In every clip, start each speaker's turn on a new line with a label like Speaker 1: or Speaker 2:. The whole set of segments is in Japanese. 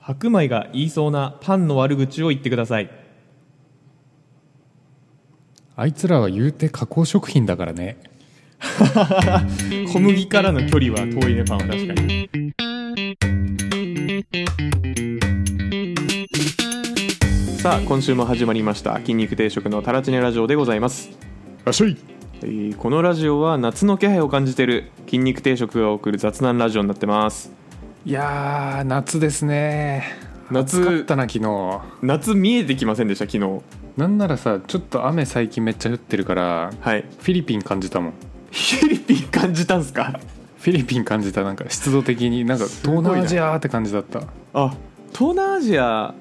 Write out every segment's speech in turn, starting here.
Speaker 1: 白米が言いそうなパンの悪口を言ってください
Speaker 2: あいつらは言うて加工食品だからね
Speaker 1: 小麦からの距離は遠いねパンは確かにさあ今週も始まりました筋肉定食のタラチネラジオでございます
Speaker 2: あしょい
Speaker 1: えーこのラジオは夏の気配を感じてる筋肉定食が送る雑談ラジオになってます
Speaker 2: いやー夏ですね
Speaker 1: 夏
Speaker 2: 暑かったな昨日
Speaker 1: 夏見えてきませんでした昨日
Speaker 2: なんならさちょっと雨最近めっちゃ降ってるから
Speaker 1: はい
Speaker 2: フィリピン感じたもん
Speaker 1: フィリピン感じたんすか
Speaker 2: フィリピン感じたなんか湿度的になんか
Speaker 1: ごい
Speaker 2: 東
Speaker 1: な
Speaker 2: 南アジアって感じだった
Speaker 1: あ東南アジア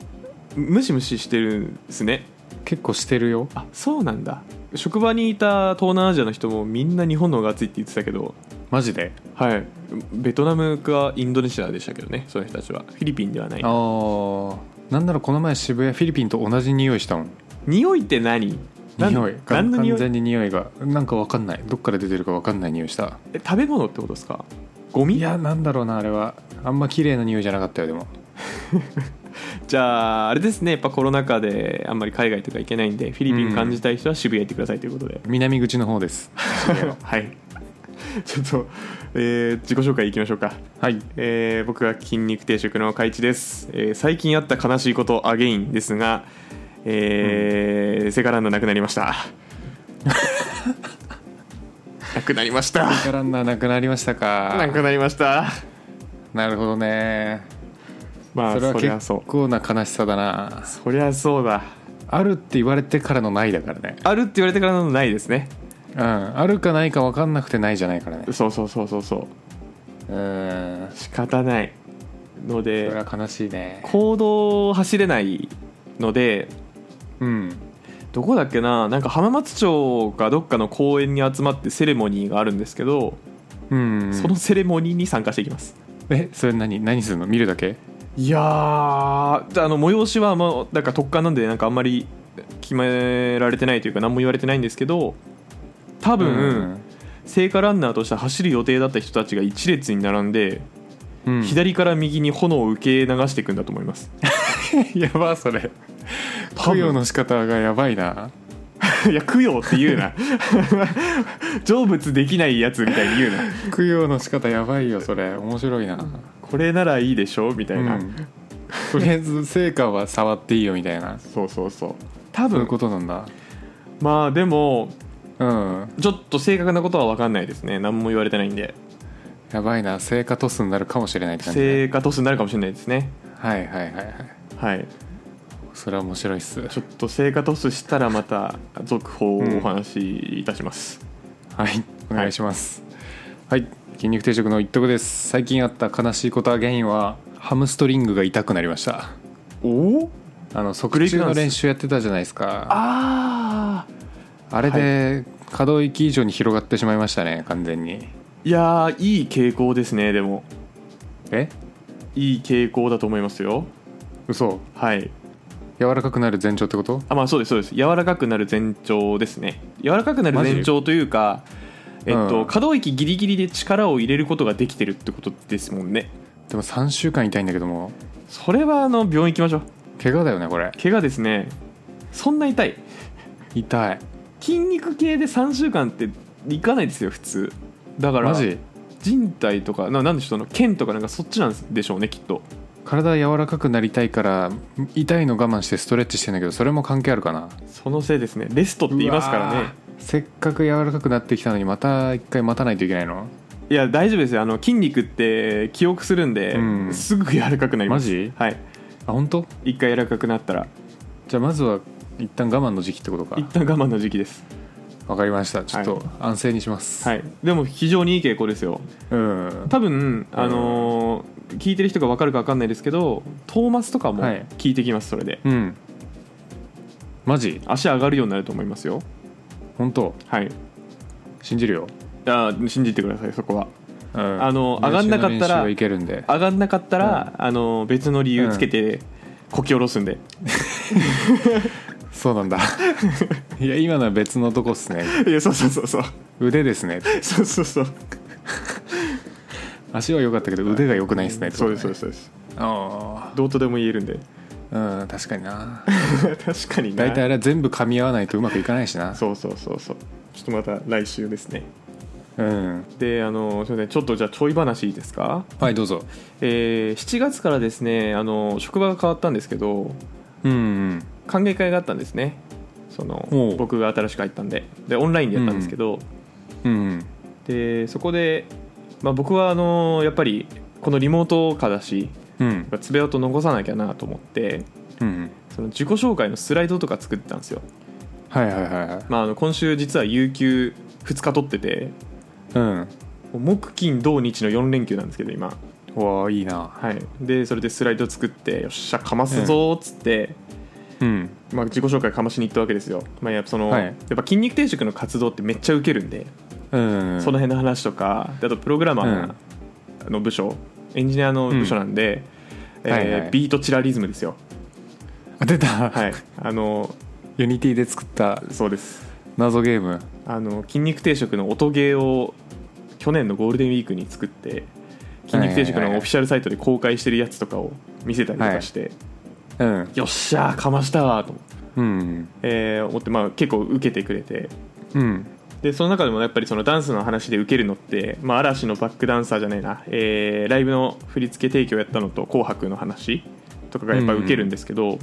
Speaker 1: ムシムシしてるんですね
Speaker 2: 結構してるよ
Speaker 1: あそうなんだ職場にいた東南アジアの人もみんな日本の方が暑いって言ってたけど
Speaker 2: マジで
Speaker 1: はいベトナムかインドネシアでしたけどねその人たちはフィリピンではない
Speaker 2: あーなんならこの前渋谷フィリピンと同じ匂いしたもん
Speaker 1: 匂いって何なん
Speaker 2: 匂い
Speaker 1: 何の
Speaker 2: 完
Speaker 1: 匂い
Speaker 2: 全に匂いがなんかわかんないどっから出てるかわかんない匂いした
Speaker 1: え食べ物ってことですかゴミ
Speaker 2: いやなんだろうなあれはあんま綺麗な匂いじゃなかったよでも
Speaker 1: じゃああれですねやっぱコロナ禍であんまり海外とか行けないんでフィリピン感じたい人は渋谷行ってくださいということで、
Speaker 2: 南口の方です
Speaker 1: はい ちょっと、えー自己紹介いきましょうか
Speaker 2: はい
Speaker 1: えー僕は筋肉定食の海地です、えー最近あった悲しいことアゲインですが、えーセカランドなくなりました なくなりました
Speaker 2: ランナーなくなりましたか
Speaker 1: なくなりました
Speaker 2: なるほどね
Speaker 1: まあ
Speaker 2: そ
Speaker 1: そ
Speaker 2: れは
Speaker 1: りゃそ
Speaker 2: 結
Speaker 1: う
Speaker 2: 構な悲しさだな
Speaker 1: そりゃそうだ
Speaker 2: あるって言われてからのないだからね
Speaker 1: あるって言われてからのないですね
Speaker 2: うんあるかないか分かんなくてないじゃないからね
Speaker 1: そうそうそうそうそう
Speaker 2: うん
Speaker 1: 仕方ないの
Speaker 2: そ
Speaker 1: で
Speaker 2: れは悲しいね
Speaker 1: 行動を走れないので
Speaker 2: うん
Speaker 1: どこだっけななんか浜松町かどっかの公園に集まってセレモニーがあるんですけど
Speaker 2: うん
Speaker 1: そのセレモニーに参加していきます、
Speaker 2: えそれ何何するの見るだけ
Speaker 1: いやーあの催しはもうなんか特化なんでなんかあんまり決められてないというか何も言われてないんですけど多分、聖火ランナーとして走る予定だった人たちが一列に並んで、
Speaker 2: うん、うん、
Speaker 1: 左から右に炎を受け流していくんだと思います
Speaker 2: やばそれ
Speaker 1: 多分
Speaker 2: 供養の仕方がやばいな い
Speaker 1: や供養って言う な成仏できないやつみたいに言うな
Speaker 2: 供養の仕方やばいよそれ面白いな、
Speaker 1: これならいいでしょみたいな、
Speaker 2: うんとりあえず成果は触っていいよみたいな
Speaker 1: そうそうそう多
Speaker 2: そういう
Speaker 1: 分
Speaker 2: ことなんだ
Speaker 1: まあでも
Speaker 2: うん
Speaker 1: ちょっと正確なことは分かんないですね何も言われてないんで
Speaker 2: やばいな成果トスになるかもしれないって感じね、
Speaker 1: 成果トスになるかもしれないですね
Speaker 2: はいはいはいはい
Speaker 1: はい
Speaker 2: それは面白いっす
Speaker 1: ちょっと成果トスしたらまた続報をお話しいたします、
Speaker 2: はいお願いしますはい、筋肉定食の一徳です最近あった悲しいことは原因はハムストリングが痛くなりました
Speaker 1: おお
Speaker 2: あの
Speaker 1: ブレイクダ
Speaker 2: 側中
Speaker 1: ンス
Speaker 2: の練習やってたじゃないですか
Speaker 1: ああ
Speaker 2: あれで可動域以上に広がってしまいましたね完全に
Speaker 1: いやーいい傾向ですねでも
Speaker 2: え
Speaker 1: いい傾向だと思いますよ
Speaker 2: 嘘
Speaker 1: はい
Speaker 2: 柔らかくなる前兆ってこと
Speaker 1: あまあそうですそうです柔らかくなる前兆ですね柔らかくなる前兆というかえっと、
Speaker 2: うん
Speaker 1: 可動域ギリギリで力を入れることができてるってことですもんね
Speaker 2: でも3週間痛いんだけども
Speaker 1: それはあの病院行きましょう
Speaker 2: 怪我だよねこれ
Speaker 1: 怪我ですねそんな痛い
Speaker 2: 痛い
Speaker 1: 筋肉系で3週間っていかないですよ普通だから
Speaker 2: マジ
Speaker 1: 人体とかななんでしょうその腱とかなんかそっちなんでしょうねきっと
Speaker 2: 体柔らかくなりたいから痛いの我慢してストレッチしてんだけどそれも関係あるかな
Speaker 1: そのせいですねレストって言いますから
Speaker 2: うわ
Speaker 1: ね
Speaker 2: ーせっかく柔らかくなってきたのにまた一回待たないといけないの
Speaker 1: いや大丈夫ですよあの筋肉って記憶するんで、
Speaker 2: うん
Speaker 1: すぐ柔らかくなります
Speaker 2: マジ
Speaker 1: はい
Speaker 2: あ本当
Speaker 1: 一回柔らかくなったら
Speaker 2: じゃあまずは一旦我慢の時期ってことか
Speaker 1: 一旦我慢の時期です、
Speaker 2: わかりましたちょっ
Speaker 1: は
Speaker 2: と安静にします、
Speaker 1: はい、でも非常にいい傾向ですよ
Speaker 2: うん
Speaker 1: 多分、あのー聞いてる人が分かるか分かんないですけどトーマスとかも
Speaker 2: はい
Speaker 1: 効いてきますそれで
Speaker 2: うんマジ
Speaker 1: 足上がるようになると思いますよ
Speaker 2: 本当
Speaker 1: はい
Speaker 2: 信じるよ
Speaker 1: あー信じてくださいそこは
Speaker 2: うん
Speaker 1: あの上がんなかったら
Speaker 2: 練習はいけるんで
Speaker 1: 上がんなかったら、あの別の理由つけてこき下ろすんで、
Speaker 2: そうなんだ いや今のは別のとこっすね
Speaker 1: いやそうそうそうそう
Speaker 2: 腕ですね
Speaker 1: そうそうそう
Speaker 2: 足は良かったけど腕が良くないですね
Speaker 1: そうですそうですすそうです
Speaker 2: あか
Speaker 1: どうとでも言えるんで
Speaker 2: うん確かにな
Speaker 1: 確かにな
Speaker 2: 大体あれは全部噛み合わないとうまくいかないしな
Speaker 1: そうそうそうそうちょっとまた来週ですね
Speaker 2: うん
Speaker 1: であのすいませんちょっとじゃあちょい話いいですか
Speaker 2: はいどうぞ
Speaker 1: えー7月からですねあの職場が変わったんですけど
Speaker 2: うんうん
Speaker 1: 歓迎会があったんですねその
Speaker 2: おう
Speaker 1: 僕が新しく入ったんででオンラインでやったんですけど、
Speaker 2: うんうん
Speaker 1: でそこで、まあ、僕はあのやっぱりこのリモート化だし
Speaker 2: うん
Speaker 1: 爪痕残さなきゃなと思って
Speaker 2: うん
Speaker 1: その自己紹介のスライドとか作ってたんですよ、
Speaker 2: はいはいはいはい
Speaker 1: まあ、あの今週実は有給2日取ってて
Speaker 2: うん
Speaker 1: もう木金土日の4連休なんですけど今
Speaker 2: うわあいいな
Speaker 1: はいでそれでスライド作ってよっしゃかますぞーっつって、
Speaker 2: うん
Speaker 1: まあ、自己紹介かましに行ったわけですよ、まあ、やっぱその、
Speaker 2: はい
Speaker 1: やっぱ筋肉定食の活動ってめっちゃウケるんで、
Speaker 2: うん
Speaker 1: その辺の話とかであとプログラマーの部署、エンジニアの部署なんで、えー
Speaker 2: はいはい
Speaker 1: ビートチラリズムですよ
Speaker 2: あ出た、
Speaker 1: はいあの
Speaker 2: ユニティで作った
Speaker 1: そうです
Speaker 2: 謎ゲーム
Speaker 1: あの筋肉定食の音ゲーを去年のゴールデンウィークに作って筋肉定食のオフィシャルサイトで公開してるやつとかを見せたりとかして、
Speaker 2: うん
Speaker 1: よっしゃーかましたわーと思って,、
Speaker 2: うん
Speaker 1: えー思ってまあ、結構受けてくれて
Speaker 2: うん
Speaker 1: でその中でもやっぱりそのダンスの話で受けるのって、まあ、嵐のバックダンサーじゃないな、えーライブの振り付け提供やったのと「紅白」の話とかがやっぱ受けるんですけど、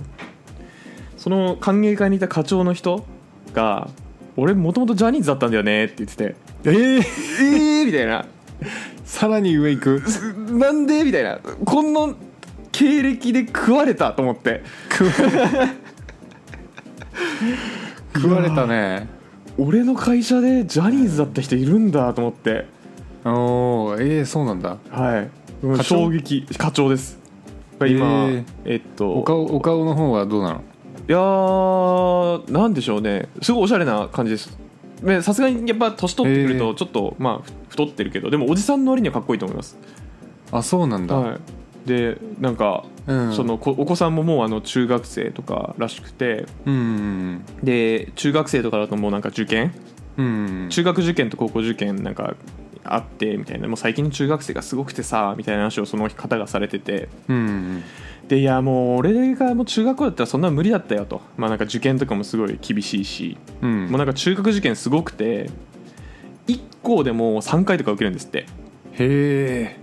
Speaker 1: その歓迎会にいた課長の人が「俺もともとジャニーズだったんだよね」って言ってて「えー、えー、みたいな
Speaker 2: さらに上行く
Speaker 1: 「なんで?」みたいなこの経歴で食われたと思って
Speaker 2: 食われたね
Speaker 1: 俺の会社でジャニーズだった人いるんだと思って
Speaker 2: おおええそうなんだ
Speaker 1: はい、うん
Speaker 2: 課長
Speaker 1: 衝撃課長です今、
Speaker 2: ー
Speaker 1: えっと
Speaker 2: お顔お顔の方はどうなの
Speaker 1: いやーなんでしょうねすごいおしゃれな感じですねさすがにやっぱ年取ってくる
Speaker 2: へ
Speaker 1: と
Speaker 2: ー
Speaker 1: ちょっと、まあふ太ってるけどでもおじさんの割にはかっこいいと思います、
Speaker 2: あそうなんだ、
Speaker 1: はい、でなんか、
Speaker 2: うん
Speaker 1: そのこお子さんももうあの中学生とからしくて
Speaker 2: うん
Speaker 1: で中学生とかだともうなんか受験
Speaker 2: うんうん
Speaker 1: 中学受験と高校受験なんかあってみたいなもう最近の中学生がすごくてさみたいな話をその方がされてて
Speaker 2: うん
Speaker 1: でいやもう俺がもう中学校だったらそんな無理だったよと、まあ、なんか受験とかもすごい厳しいし、
Speaker 2: うん
Speaker 1: もうなんか中学受験すごくて1校でも3回とか受けるんですって
Speaker 2: へえ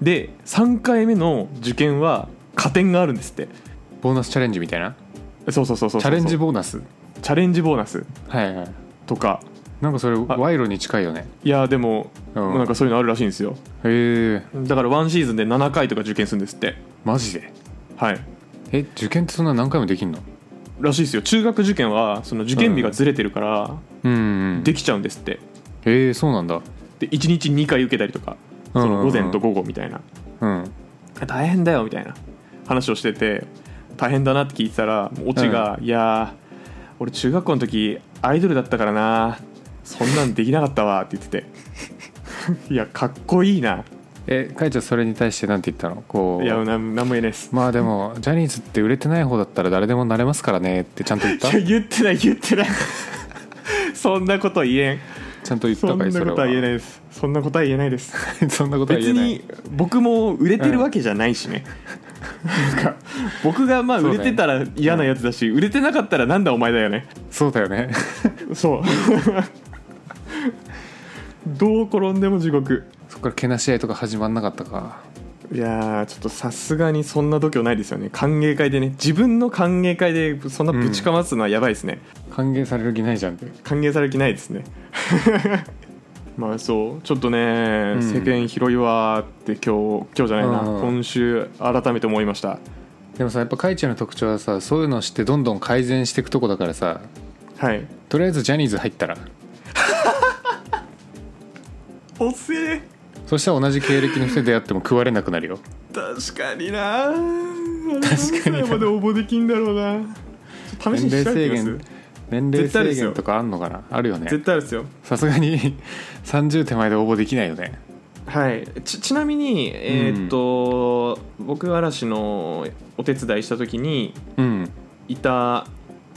Speaker 1: で3回目の受験は加点があるんですって
Speaker 2: ボーナスチャレンジみたいな
Speaker 1: そうそうそうそうそう
Speaker 2: チャレンジボーナス
Speaker 1: チャレンジボーナス
Speaker 2: はいはい
Speaker 1: とか
Speaker 2: なんかそれ賄賂に近いよね
Speaker 1: いやでも、
Speaker 2: うん
Speaker 1: もうなんかそういうのあるらしいんですよ
Speaker 2: へえ
Speaker 1: だから1シーズンで7回とか受験するんですって
Speaker 2: マジで
Speaker 1: はい
Speaker 2: え受験ってそんな何回もできんの
Speaker 1: らしいですよ中学受験はその受験日がずれてるから
Speaker 2: うんうん
Speaker 1: できちゃうんですって
Speaker 2: へえそうなんだ
Speaker 1: で1日2回受けたりとか
Speaker 2: うん
Speaker 1: その午前と午後みたいな
Speaker 2: うん
Speaker 1: 大変だよみたいな話をしてて大変だなって聞いてたらもうオチが「いやー俺中学校の時アイドルだったからなそんなんできなかったわ」って言って ていやかっこいいな
Speaker 2: えかいちゃんそれに対してなんて言ったのこ
Speaker 1: いうやなんなんも言えないです
Speaker 2: まあでもジャニーズって売れてない方だったら誰でもなれますからねってちゃんと言っ
Speaker 1: い
Speaker 2: た
Speaker 1: や言ってない言ってない そんなことは言えん
Speaker 2: ちゃんと言っ
Speaker 1: そ
Speaker 2: た
Speaker 1: ん
Speaker 2: か
Speaker 1: ない
Speaker 2: それ
Speaker 1: ことは言えないですそんなことは言えないです
Speaker 2: そんなことは言
Speaker 1: 別
Speaker 2: えない
Speaker 1: に僕も売れてるわけじゃないしね、なんか僕がまあ
Speaker 2: そう
Speaker 1: 売
Speaker 2: ね
Speaker 1: れてたら嫌なやつだし、売れてなかったらなんだお前だよね
Speaker 2: そうだよね
Speaker 1: そうどう転んでも地獄
Speaker 2: そっからけなし合いとか始まんなかったか
Speaker 1: いやーちょっとさすがにそんな度胸ないですよね歓迎会でね自分の歓迎会でそんなぶちかますのはやばいですね、
Speaker 2: 歓迎される気ないじゃんって
Speaker 1: 歓迎される気ないですね まあそうちょっとね、
Speaker 2: ん
Speaker 1: 世間広いわーって今日今日じゃないな、
Speaker 2: うん
Speaker 1: 今週改めて思いました
Speaker 2: でもさやっぱかいちゃんの特徴はさそういうのを知ってどんどん改善していくとこだからさ
Speaker 1: はい
Speaker 2: とりあえずジャニーズ入ったら
Speaker 1: おせえ
Speaker 2: そしたら同じ経歴の人で出会っても食われなくなるよ
Speaker 1: 確かにな確かにまで応募できんだろうなちょっと試し
Speaker 2: 年
Speaker 1: に調
Speaker 2: 齢
Speaker 1: べて
Speaker 2: 制
Speaker 1: みます
Speaker 2: 限年齢制限とかあんのかなあるよね
Speaker 1: 絶対あるですよ
Speaker 2: さすがに 30手前で応募できないよね
Speaker 1: はいちちなみにえーっと、僕が嵐のお手伝いした時に
Speaker 2: うん
Speaker 1: いた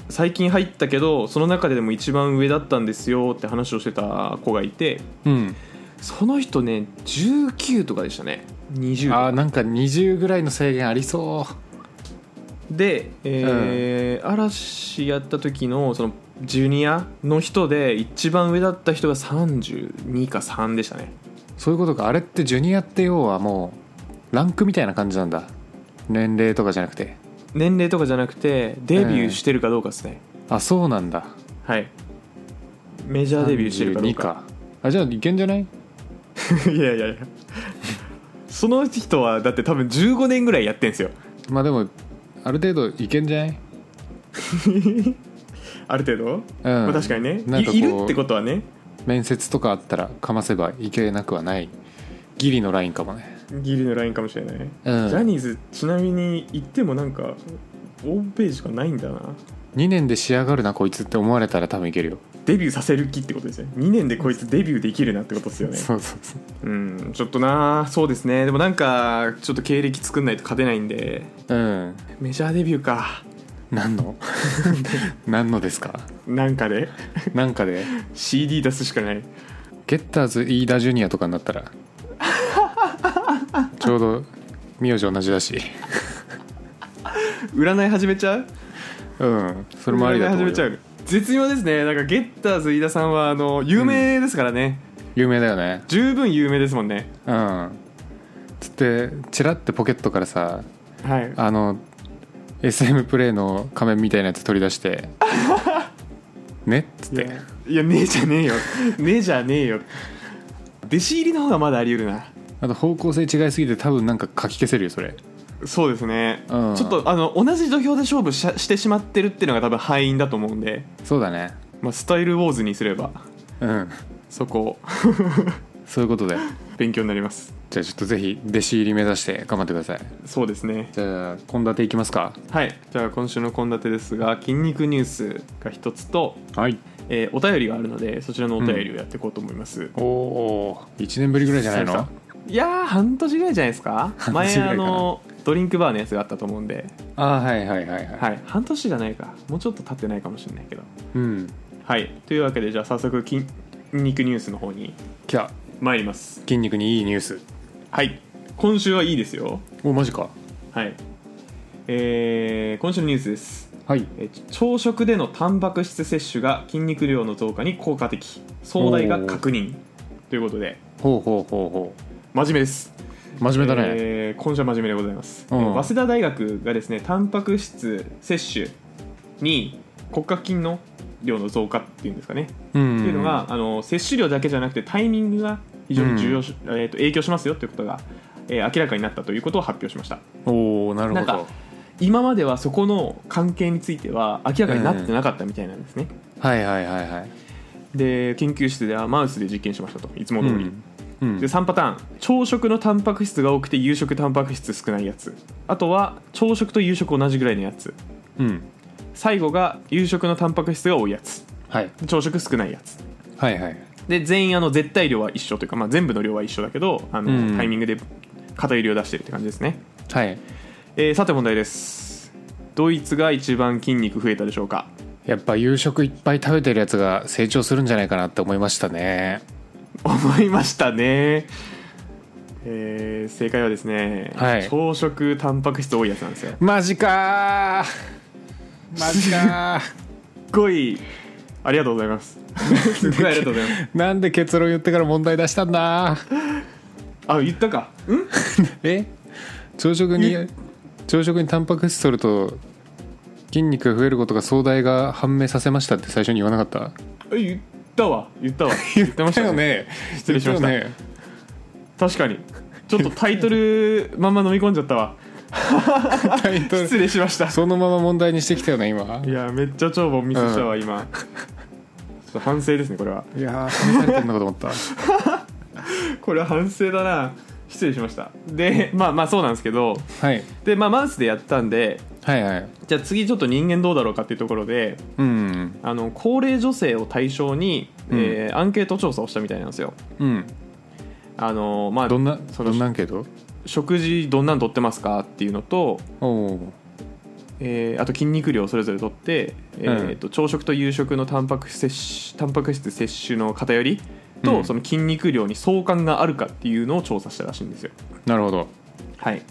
Speaker 1: 最近入ったけどその中ででも一番上だったんですよって話をしてた子がいて
Speaker 2: うん
Speaker 1: その人ね19とかでしたね20
Speaker 2: あーなんか20ぐらいの制限ありそ
Speaker 1: で、えー嵐やった時のそのジュニアの人で一番上だった人が32か3でしたね
Speaker 2: そういうことかあれってジュニアって要はもうランクみたいな感じなんだ年齢とかじゃなくて
Speaker 1: 年齢とかじゃなくてデビューしてるかどうかですね、
Speaker 2: あそうなんだ
Speaker 1: はいメジャーデビューしてるかどう
Speaker 2: 32
Speaker 1: か
Speaker 2: あじゃあいけんじゃない
Speaker 1: いやいやいやその人はだって多分15年ぐらいやってんすよ
Speaker 2: まあでもある程度いけんじゃない
Speaker 1: ある程度、まあ、確かにね
Speaker 2: なんかこ
Speaker 1: い
Speaker 2: う
Speaker 1: いるってことはね
Speaker 2: 面接とかあったらかませばいけなくはないギリのラインかもね
Speaker 1: ギリのラインかもしれない、
Speaker 2: うん
Speaker 1: ジャニーズちなみに行ってもなんかホームページがないんだな
Speaker 2: 2年で仕上がるなこいつって思われたら多分いけるよ、
Speaker 1: デビューさせる気ってことですね2年でこいつデビューできるなってことですよね
Speaker 2: そうそうそう
Speaker 1: うんちょっとなそうですねでもなんかちょっと経歴作んないと勝てないんで
Speaker 2: うん
Speaker 1: メジャーデビューか
Speaker 2: 何 の何のですか
Speaker 1: なんかで
Speaker 2: なんかで
Speaker 1: CD 出すしかない
Speaker 2: ゲッターズ飯田ジュニアとかになっ たらちょうど名字同じだし
Speaker 1: 占い始めちゃう
Speaker 2: うんそれもありだと思う
Speaker 1: 占い始め
Speaker 2: よ
Speaker 1: ちゃう絶妙ですねなんかゲッターズ飯田さんはあの有名ですからね、
Speaker 2: 有名だよね
Speaker 1: 十分有名ですもんね
Speaker 2: うんつってチラってポケットからさ
Speaker 1: はい
Speaker 2: あの SM プレイの仮面みたいなやつ取り 出して「ねっ」つっ
Speaker 1: いや
Speaker 2: て
Speaker 1: いやねえじゃねえよねえじゃねえよ弟子入りの方がまだあり得るな
Speaker 2: あと方向性違いすぎて多分なんかかき消せるよそれ
Speaker 1: そうですね、
Speaker 2: うん
Speaker 1: ちょっとあの同じ土俵で勝負ししてしまってるっていうのが多分敗因だと思うんで、
Speaker 2: そうだね
Speaker 1: まあ、スタイルウォーズにすれば
Speaker 2: うん
Speaker 1: そこ
Speaker 2: そういうことで
Speaker 1: 勉強になります
Speaker 2: じゃあちょっとぜひ弟子入り目指して頑張ってください
Speaker 1: そうですね
Speaker 2: じゃあ献立いきますか
Speaker 1: はいじゃあ今週の献立ですが筋肉ニュースが一つと、
Speaker 2: はい
Speaker 1: えーお便りがあるのでそちらのお便りをやっていこうと思います、
Speaker 2: おお1年ぶりぐらいじゃないの
Speaker 1: 久々いやー半年ぐらいじゃないですか
Speaker 2: 半年
Speaker 1: 前
Speaker 2: ぐらい
Speaker 1: あ
Speaker 2: かな
Speaker 1: のドリンクバーのやつがあったと思うんで
Speaker 2: ああはいはいはいはい、
Speaker 1: はい半年じゃないかもうちょっと経ってないかもしれないけど
Speaker 2: うん
Speaker 1: はいというわけでじゃあ早速筋肉ニュースの方に
Speaker 2: きゃ
Speaker 1: 参ります
Speaker 2: 筋肉にいいニュース
Speaker 1: はい今週はいいですよ
Speaker 2: おマジか
Speaker 1: はいえー今週のニュースです
Speaker 2: はい
Speaker 1: えー朝食でのタンパク質摂取が筋肉量の増加に効果的壮大が確認ということで
Speaker 2: ほうほうほうほ
Speaker 1: 真面目です
Speaker 2: う真面目だね、
Speaker 1: えー今週は真面目でございます、
Speaker 2: うん
Speaker 1: えー早稲田大学がですねタンパク質摂取に骨格筋の量の増加っていうんですかね、
Speaker 2: うん
Speaker 1: っていうのがあの摂取量だけじゃなくてタイミングが非常に重要し、えーと影響しますよということが、えー明らかになったということを発表しました
Speaker 2: おおなる
Speaker 1: な
Speaker 2: ほ
Speaker 1: んか
Speaker 2: ど
Speaker 1: 今まではそこの関係については明らかになってなかったみたいなんですね、
Speaker 2: はいはいはいはい
Speaker 1: で研究室ではマウスで実験しましたといつも通り、
Speaker 2: うん
Speaker 1: で3パターン朝食のタンパク質が多くて夕食タンパク質少ないやつあとは朝食と夕食同じぐらいのやつ
Speaker 2: うん
Speaker 1: 最後が夕食のタンパク質が多いやつ
Speaker 2: はい
Speaker 1: 朝食少ないやつ
Speaker 2: はいはい
Speaker 1: で全員あの絶対量は一緒というか、まあ、全部の量は一緒だけどあの、
Speaker 2: うん
Speaker 1: タイミングで偏りを出してるって感じですね、
Speaker 2: はい
Speaker 1: えーさて問題ですドイツが一番筋肉増えたでしょうか
Speaker 2: やっぱ夕食いっぱい食べてるやつが成長するんじゃないかなって思いましたね
Speaker 1: 思いましたね、えー正解はですね、
Speaker 2: はい
Speaker 1: 朝食タンパク質多いやつなんですよ
Speaker 2: マジかーマジか
Speaker 1: すっごいありがとうございます すっごいありがとうございます
Speaker 2: ー なんで結論言ってから問題出したんだ
Speaker 1: あ言ったかうん
Speaker 2: え朝食に朝食にタンパク質取ると筋肉が増えることが壮大が判明させましたって最初に言わなかった
Speaker 1: あ言ったわ 言ったわ言ってましたね
Speaker 2: ね
Speaker 1: 失礼しました
Speaker 2: 言ったよね
Speaker 1: 確かにちょっとタイトルまんま飲み込んじゃったわ
Speaker 2: タイトル
Speaker 1: 失礼しました
Speaker 2: そのまま問題にしてきたよね今
Speaker 1: いやめっちゃ長文ミスしたわ、今ちょっと反省ですねこれはい
Speaker 2: やー試されてんのかと思った
Speaker 1: これは反省だな失礼しましたでまあまあそうなんですけど
Speaker 2: はい
Speaker 1: でまあマウスでやったんで
Speaker 2: はいはい
Speaker 1: じゃあ次ちょっと人間どうだろうかっていうところで
Speaker 2: うん
Speaker 1: あの高齢女性を対象に、えーアンケート調査をしたみたいなんですよ
Speaker 2: うん
Speaker 1: あのまあ
Speaker 2: どんな
Speaker 1: そ
Speaker 2: ど
Speaker 1: の
Speaker 2: んなんけど
Speaker 1: 食事どんなんとってますかっていうのと、
Speaker 2: おお
Speaker 1: えーあと筋肉量をそれぞれとって、えー
Speaker 2: うん
Speaker 1: と朝食と夕食のタンパク質摂取タンパク質摂取の偏りと、
Speaker 2: うん
Speaker 1: その筋肉量に相関があるかっていうのを調査したらしいんですよ。
Speaker 2: なるほど
Speaker 1: はい、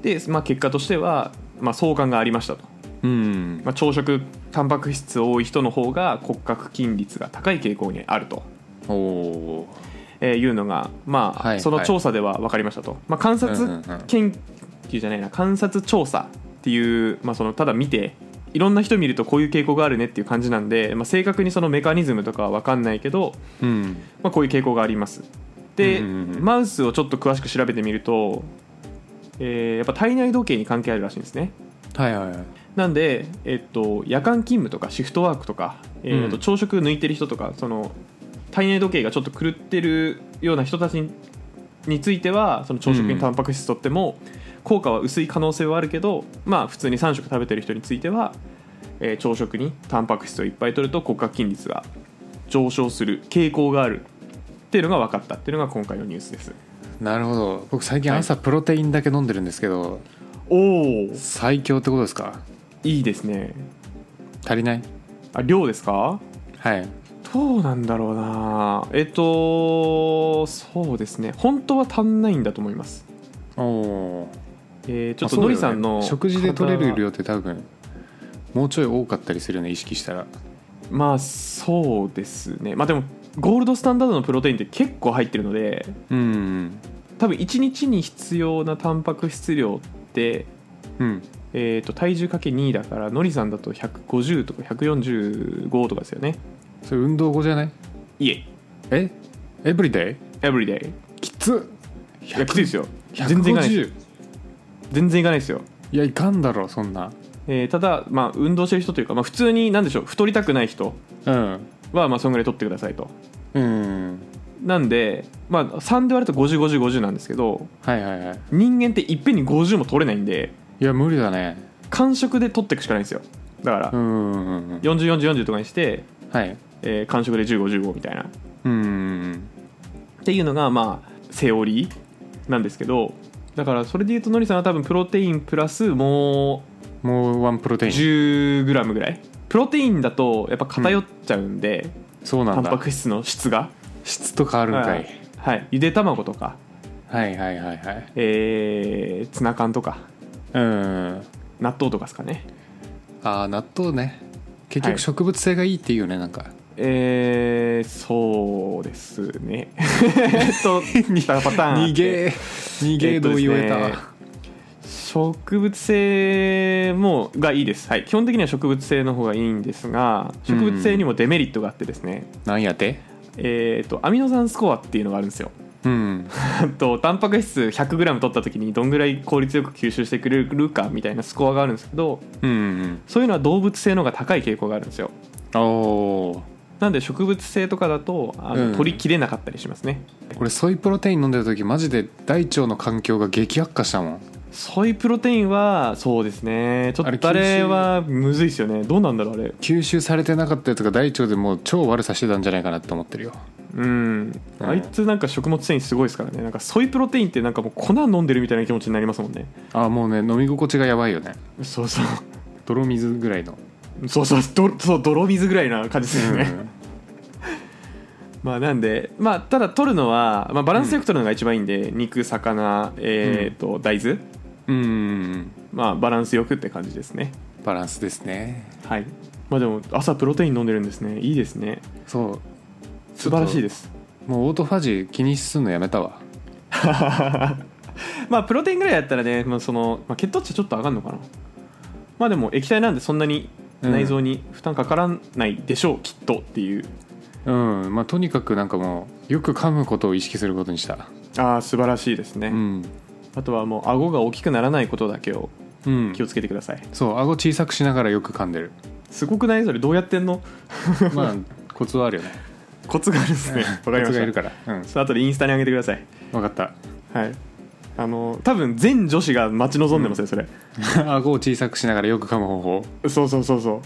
Speaker 1: で、まあ、結果としてはまあ、相関がありましたと、
Speaker 2: うん
Speaker 1: まあ、朝食タンパク質多い人の方が骨格筋率が高い傾向にあると、
Speaker 2: おお
Speaker 1: えーいうのが、まあ
Speaker 2: はい
Speaker 1: その調査では分かりましたと、まあ、観
Speaker 2: うんうんう
Speaker 1: 察
Speaker 2: ん
Speaker 1: 研究じゃないな観察調査っていう、まあ、そのただ見ていろんな人見るとこういう傾向があるねっていう感じなんで、まあ、正確にそのメカニズムとかは分かんないけど、
Speaker 2: うん
Speaker 1: まあ、こういう傾向がありますで、
Speaker 2: うんうんうん
Speaker 1: マウスをちょっと詳しく調べてみると、えーやっぱ体内時計に関係あるらしいんですね
Speaker 2: はいはいはい
Speaker 1: なんで、えっと、夜間勤務とかシフトワークとか、えー
Speaker 2: うん
Speaker 1: あと朝食抜いてる人とかその体内時計がちょっと狂ってるような人たちにについてはその朝食
Speaker 2: うん
Speaker 1: にタンパク質とっても効果は薄い可能性はあるけど、まあ、普通に3食食べてる人については、えー朝食にタンパク質をいっぱい摂ると骨格筋率が上昇する傾向があるっていうのが分かったっていうのが今回のニュースです。
Speaker 2: なるほど僕最近朝プロテインだけ飲んでるんですけど、
Speaker 1: おー
Speaker 2: 最強ってことですか
Speaker 1: いいですね
Speaker 2: 足りない
Speaker 1: あ量ですか
Speaker 2: はい
Speaker 1: どうなんだろうなえっとそうですね本当は足んないんだと思います
Speaker 2: おお
Speaker 1: えーち
Speaker 2: ち
Speaker 1: ょっとノリさんの、
Speaker 2: 食事で取れる
Speaker 1: 体
Speaker 2: 量って多分もうちょい多かったりするよね意識したら
Speaker 1: まあそうですねまあでもゴールドスタンダードのプロテインって結構入ってるので
Speaker 2: うん
Speaker 1: 多分1日に必要なタンパク質量って
Speaker 2: うん
Speaker 1: えー、と体重かけ2だからノリさんだと150とか145とかですよね
Speaker 2: それ運動後じゃない
Speaker 1: いえ
Speaker 2: えエブリデイ
Speaker 1: エブリデイ
Speaker 2: きつ
Speaker 1: いやきついですよ
Speaker 2: 150
Speaker 1: 全然いかないです全然いかないですよ
Speaker 2: いやいかんだろそんな
Speaker 1: えーただ、まあ、運動してる人というか、まあ、普通に何でしょう太りたくない人
Speaker 2: うん
Speaker 1: はまあそんぐらい取ってくださいと
Speaker 2: うん
Speaker 1: なんで、まあ、3で割ると505050なんですけど
Speaker 2: はいはいはい
Speaker 1: 人間っていっぺんに50も取れないんで
Speaker 2: いや無理だね
Speaker 1: 間食で取っていくしかないんですよだから
Speaker 2: うんうんうん
Speaker 1: 404040とかにして、
Speaker 2: はい
Speaker 1: えー間食で1515みたいなっ
Speaker 2: うん
Speaker 1: ていうのがまあセオリーなんですけどだからそれでいうとノリさんは多分プロテインプラスも
Speaker 2: もうワンプロテ
Speaker 1: う
Speaker 2: イン
Speaker 1: 10g ぐらいプロテインだとやっぱ偏っちゃうんで、
Speaker 2: そうな
Speaker 1: タ
Speaker 2: ん
Speaker 1: ンパ
Speaker 2: だ
Speaker 1: ク質の質が
Speaker 2: 質と変わるんかい
Speaker 1: はい、ゆで卵とか、
Speaker 2: はいはいはいはい
Speaker 1: えーツナ缶とか
Speaker 2: うん
Speaker 1: 納豆とかですかね
Speaker 2: ああ納豆ね結
Speaker 1: は
Speaker 2: 局
Speaker 1: い
Speaker 2: 植物性がいいっていうよねなんか
Speaker 1: えー、そうですね えっと似たパターンあって
Speaker 2: 逃げ逃げ同意を得
Speaker 1: えっとです
Speaker 2: た
Speaker 1: 植物性もがいいです、はい、基本的には植物性の方がいいんですが植物性にもデメリットがあってですね、
Speaker 2: なんやて
Speaker 1: えー、とアミノ酸スコアっていうのがあるんですよ
Speaker 2: うん
Speaker 1: とタンパク質 100g 取った時にどんぐらい効率よく吸収してくれるかみたいなスコアがあるんですけど
Speaker 2: うんうん
Speaker 1: そういうのは動物性の方が高い傾向があるんですよ
Speaker 2: おお
Speaker 1: なんで植物性とかだとあの、
Speaker 2: うん
Speaker 1: 取りきれなかったりしますね
Speaker 2: ー俺ソイプロテイン飲んでる時マジで大腸の環境が激悪化したもん
Speaker 1: ソイプロテインはそうですねちょっとあ
Speaker 2: あれ禁止
Speaker 1: れはむずいですよねどうなんだろうあれ
Speaker 2: 吸収されてなかったやつが大腸でもう超悪さしてたんじゃないかなって思ってるよ
Speaker 1: うん、
Speaker 2: うん
Speaker 1: あいつなんか食物繊維すごいですからねなんかソイプロテインってなんかもう粉飲んでるみたいな気持ちになりますもんね
Speaker 2: ああもうね飲み心地がやばいよね
Speaker 1: そうそう
Speaker 2: 泥水ぐらいの
Speaker 1: そうそうどそう泥水ぐらいな感じですよね、
Speaker 2: うん
Speaker 1: まあなんでまあただ取るのは、まあ、バランスよく取るのが一番いいんで、肉魚えー、と大豆
Speaker 2: うんうんうん
Speaker 1: まあバランスよくって感じですね
Speaker 2: バランスですね
Speaker 1: はいまあでも朝プロテイン飲んでるんですねいいですね
Speaker 2: そう
Speaker 1: 素晴らしいです
Speaker 2: もうオートファジー気にすんのやめたわ
Speaker 1: まあプロテインぐらいだったらね、まあそのまあ、血糖値ちょっと上がるのかなまあでも液体なんでそんなに
Speaker 2: うん
Speaker 1: 内臓に負担かからないでしょう、きっとっていう
Speaker 2: うんまあとにかくなんかもうよく噛むことを意識することにした
Speaker 1: ああ素晴らしいですね、
Speaker 2: うん
Speaker 1: あとはもう顎が大きくならないことだけを
Speaker 2: うん
Speaker 1: 気をつけてください
Speaker 2: そう顎小さくしながらよく噛ん でる
Speaker 1: すごくないそれどうやってんの
Speaker 2: まあコツはあるよね
Speaker 1: コツがあるんです ねわかり
Speaker 2: コ
Speaker 1: ま
Speaker 2: ツがいる
Speaker 1: した
Speaker 2: からうん
Speaker 1: その後でインスタに上げてください
Speaker 2: 分かった
Speaker 1: はいあの多分全女子が待ち望んでますよ、それ
Speaker 2: 顎を小さくしながらよく噛む方法
Speaker 1: そうそうそうそう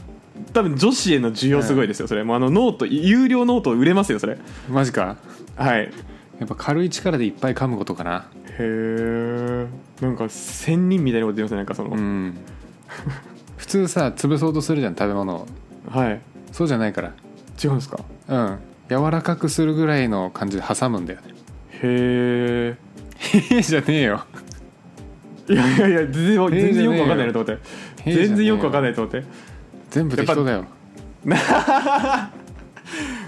Speaker 1: 多分女子への需要すごいですよそれもうあのノート有料ノート売れますよそれ
Speaker 2: マジか
Speaker 1: はい
Speaker 2: やっぱ軽い力でいっぱい噛むことかな
Speaker 1: へえんか仙人みたいなこと言いますねなんかその、
Speaker 2: うん普通さ潰そうとするじゃん食べ物を
Speaker 1: はい
Speaker 2: そうじゃないから
Speaker 1: 違うんですか
Speaker 2: うん柔らかくするぐらいの 感じで挟むんだよね
Speaker 1: へえ
Speaker 2: じゃねえよ
Speaker 1: いやいやいや全然 全然よくわかんないなと思って
Speaker 2: へえじゃねえよ
Speaker 1: 全然よくわかんないと思って
Speaker 2: 全部適当だよ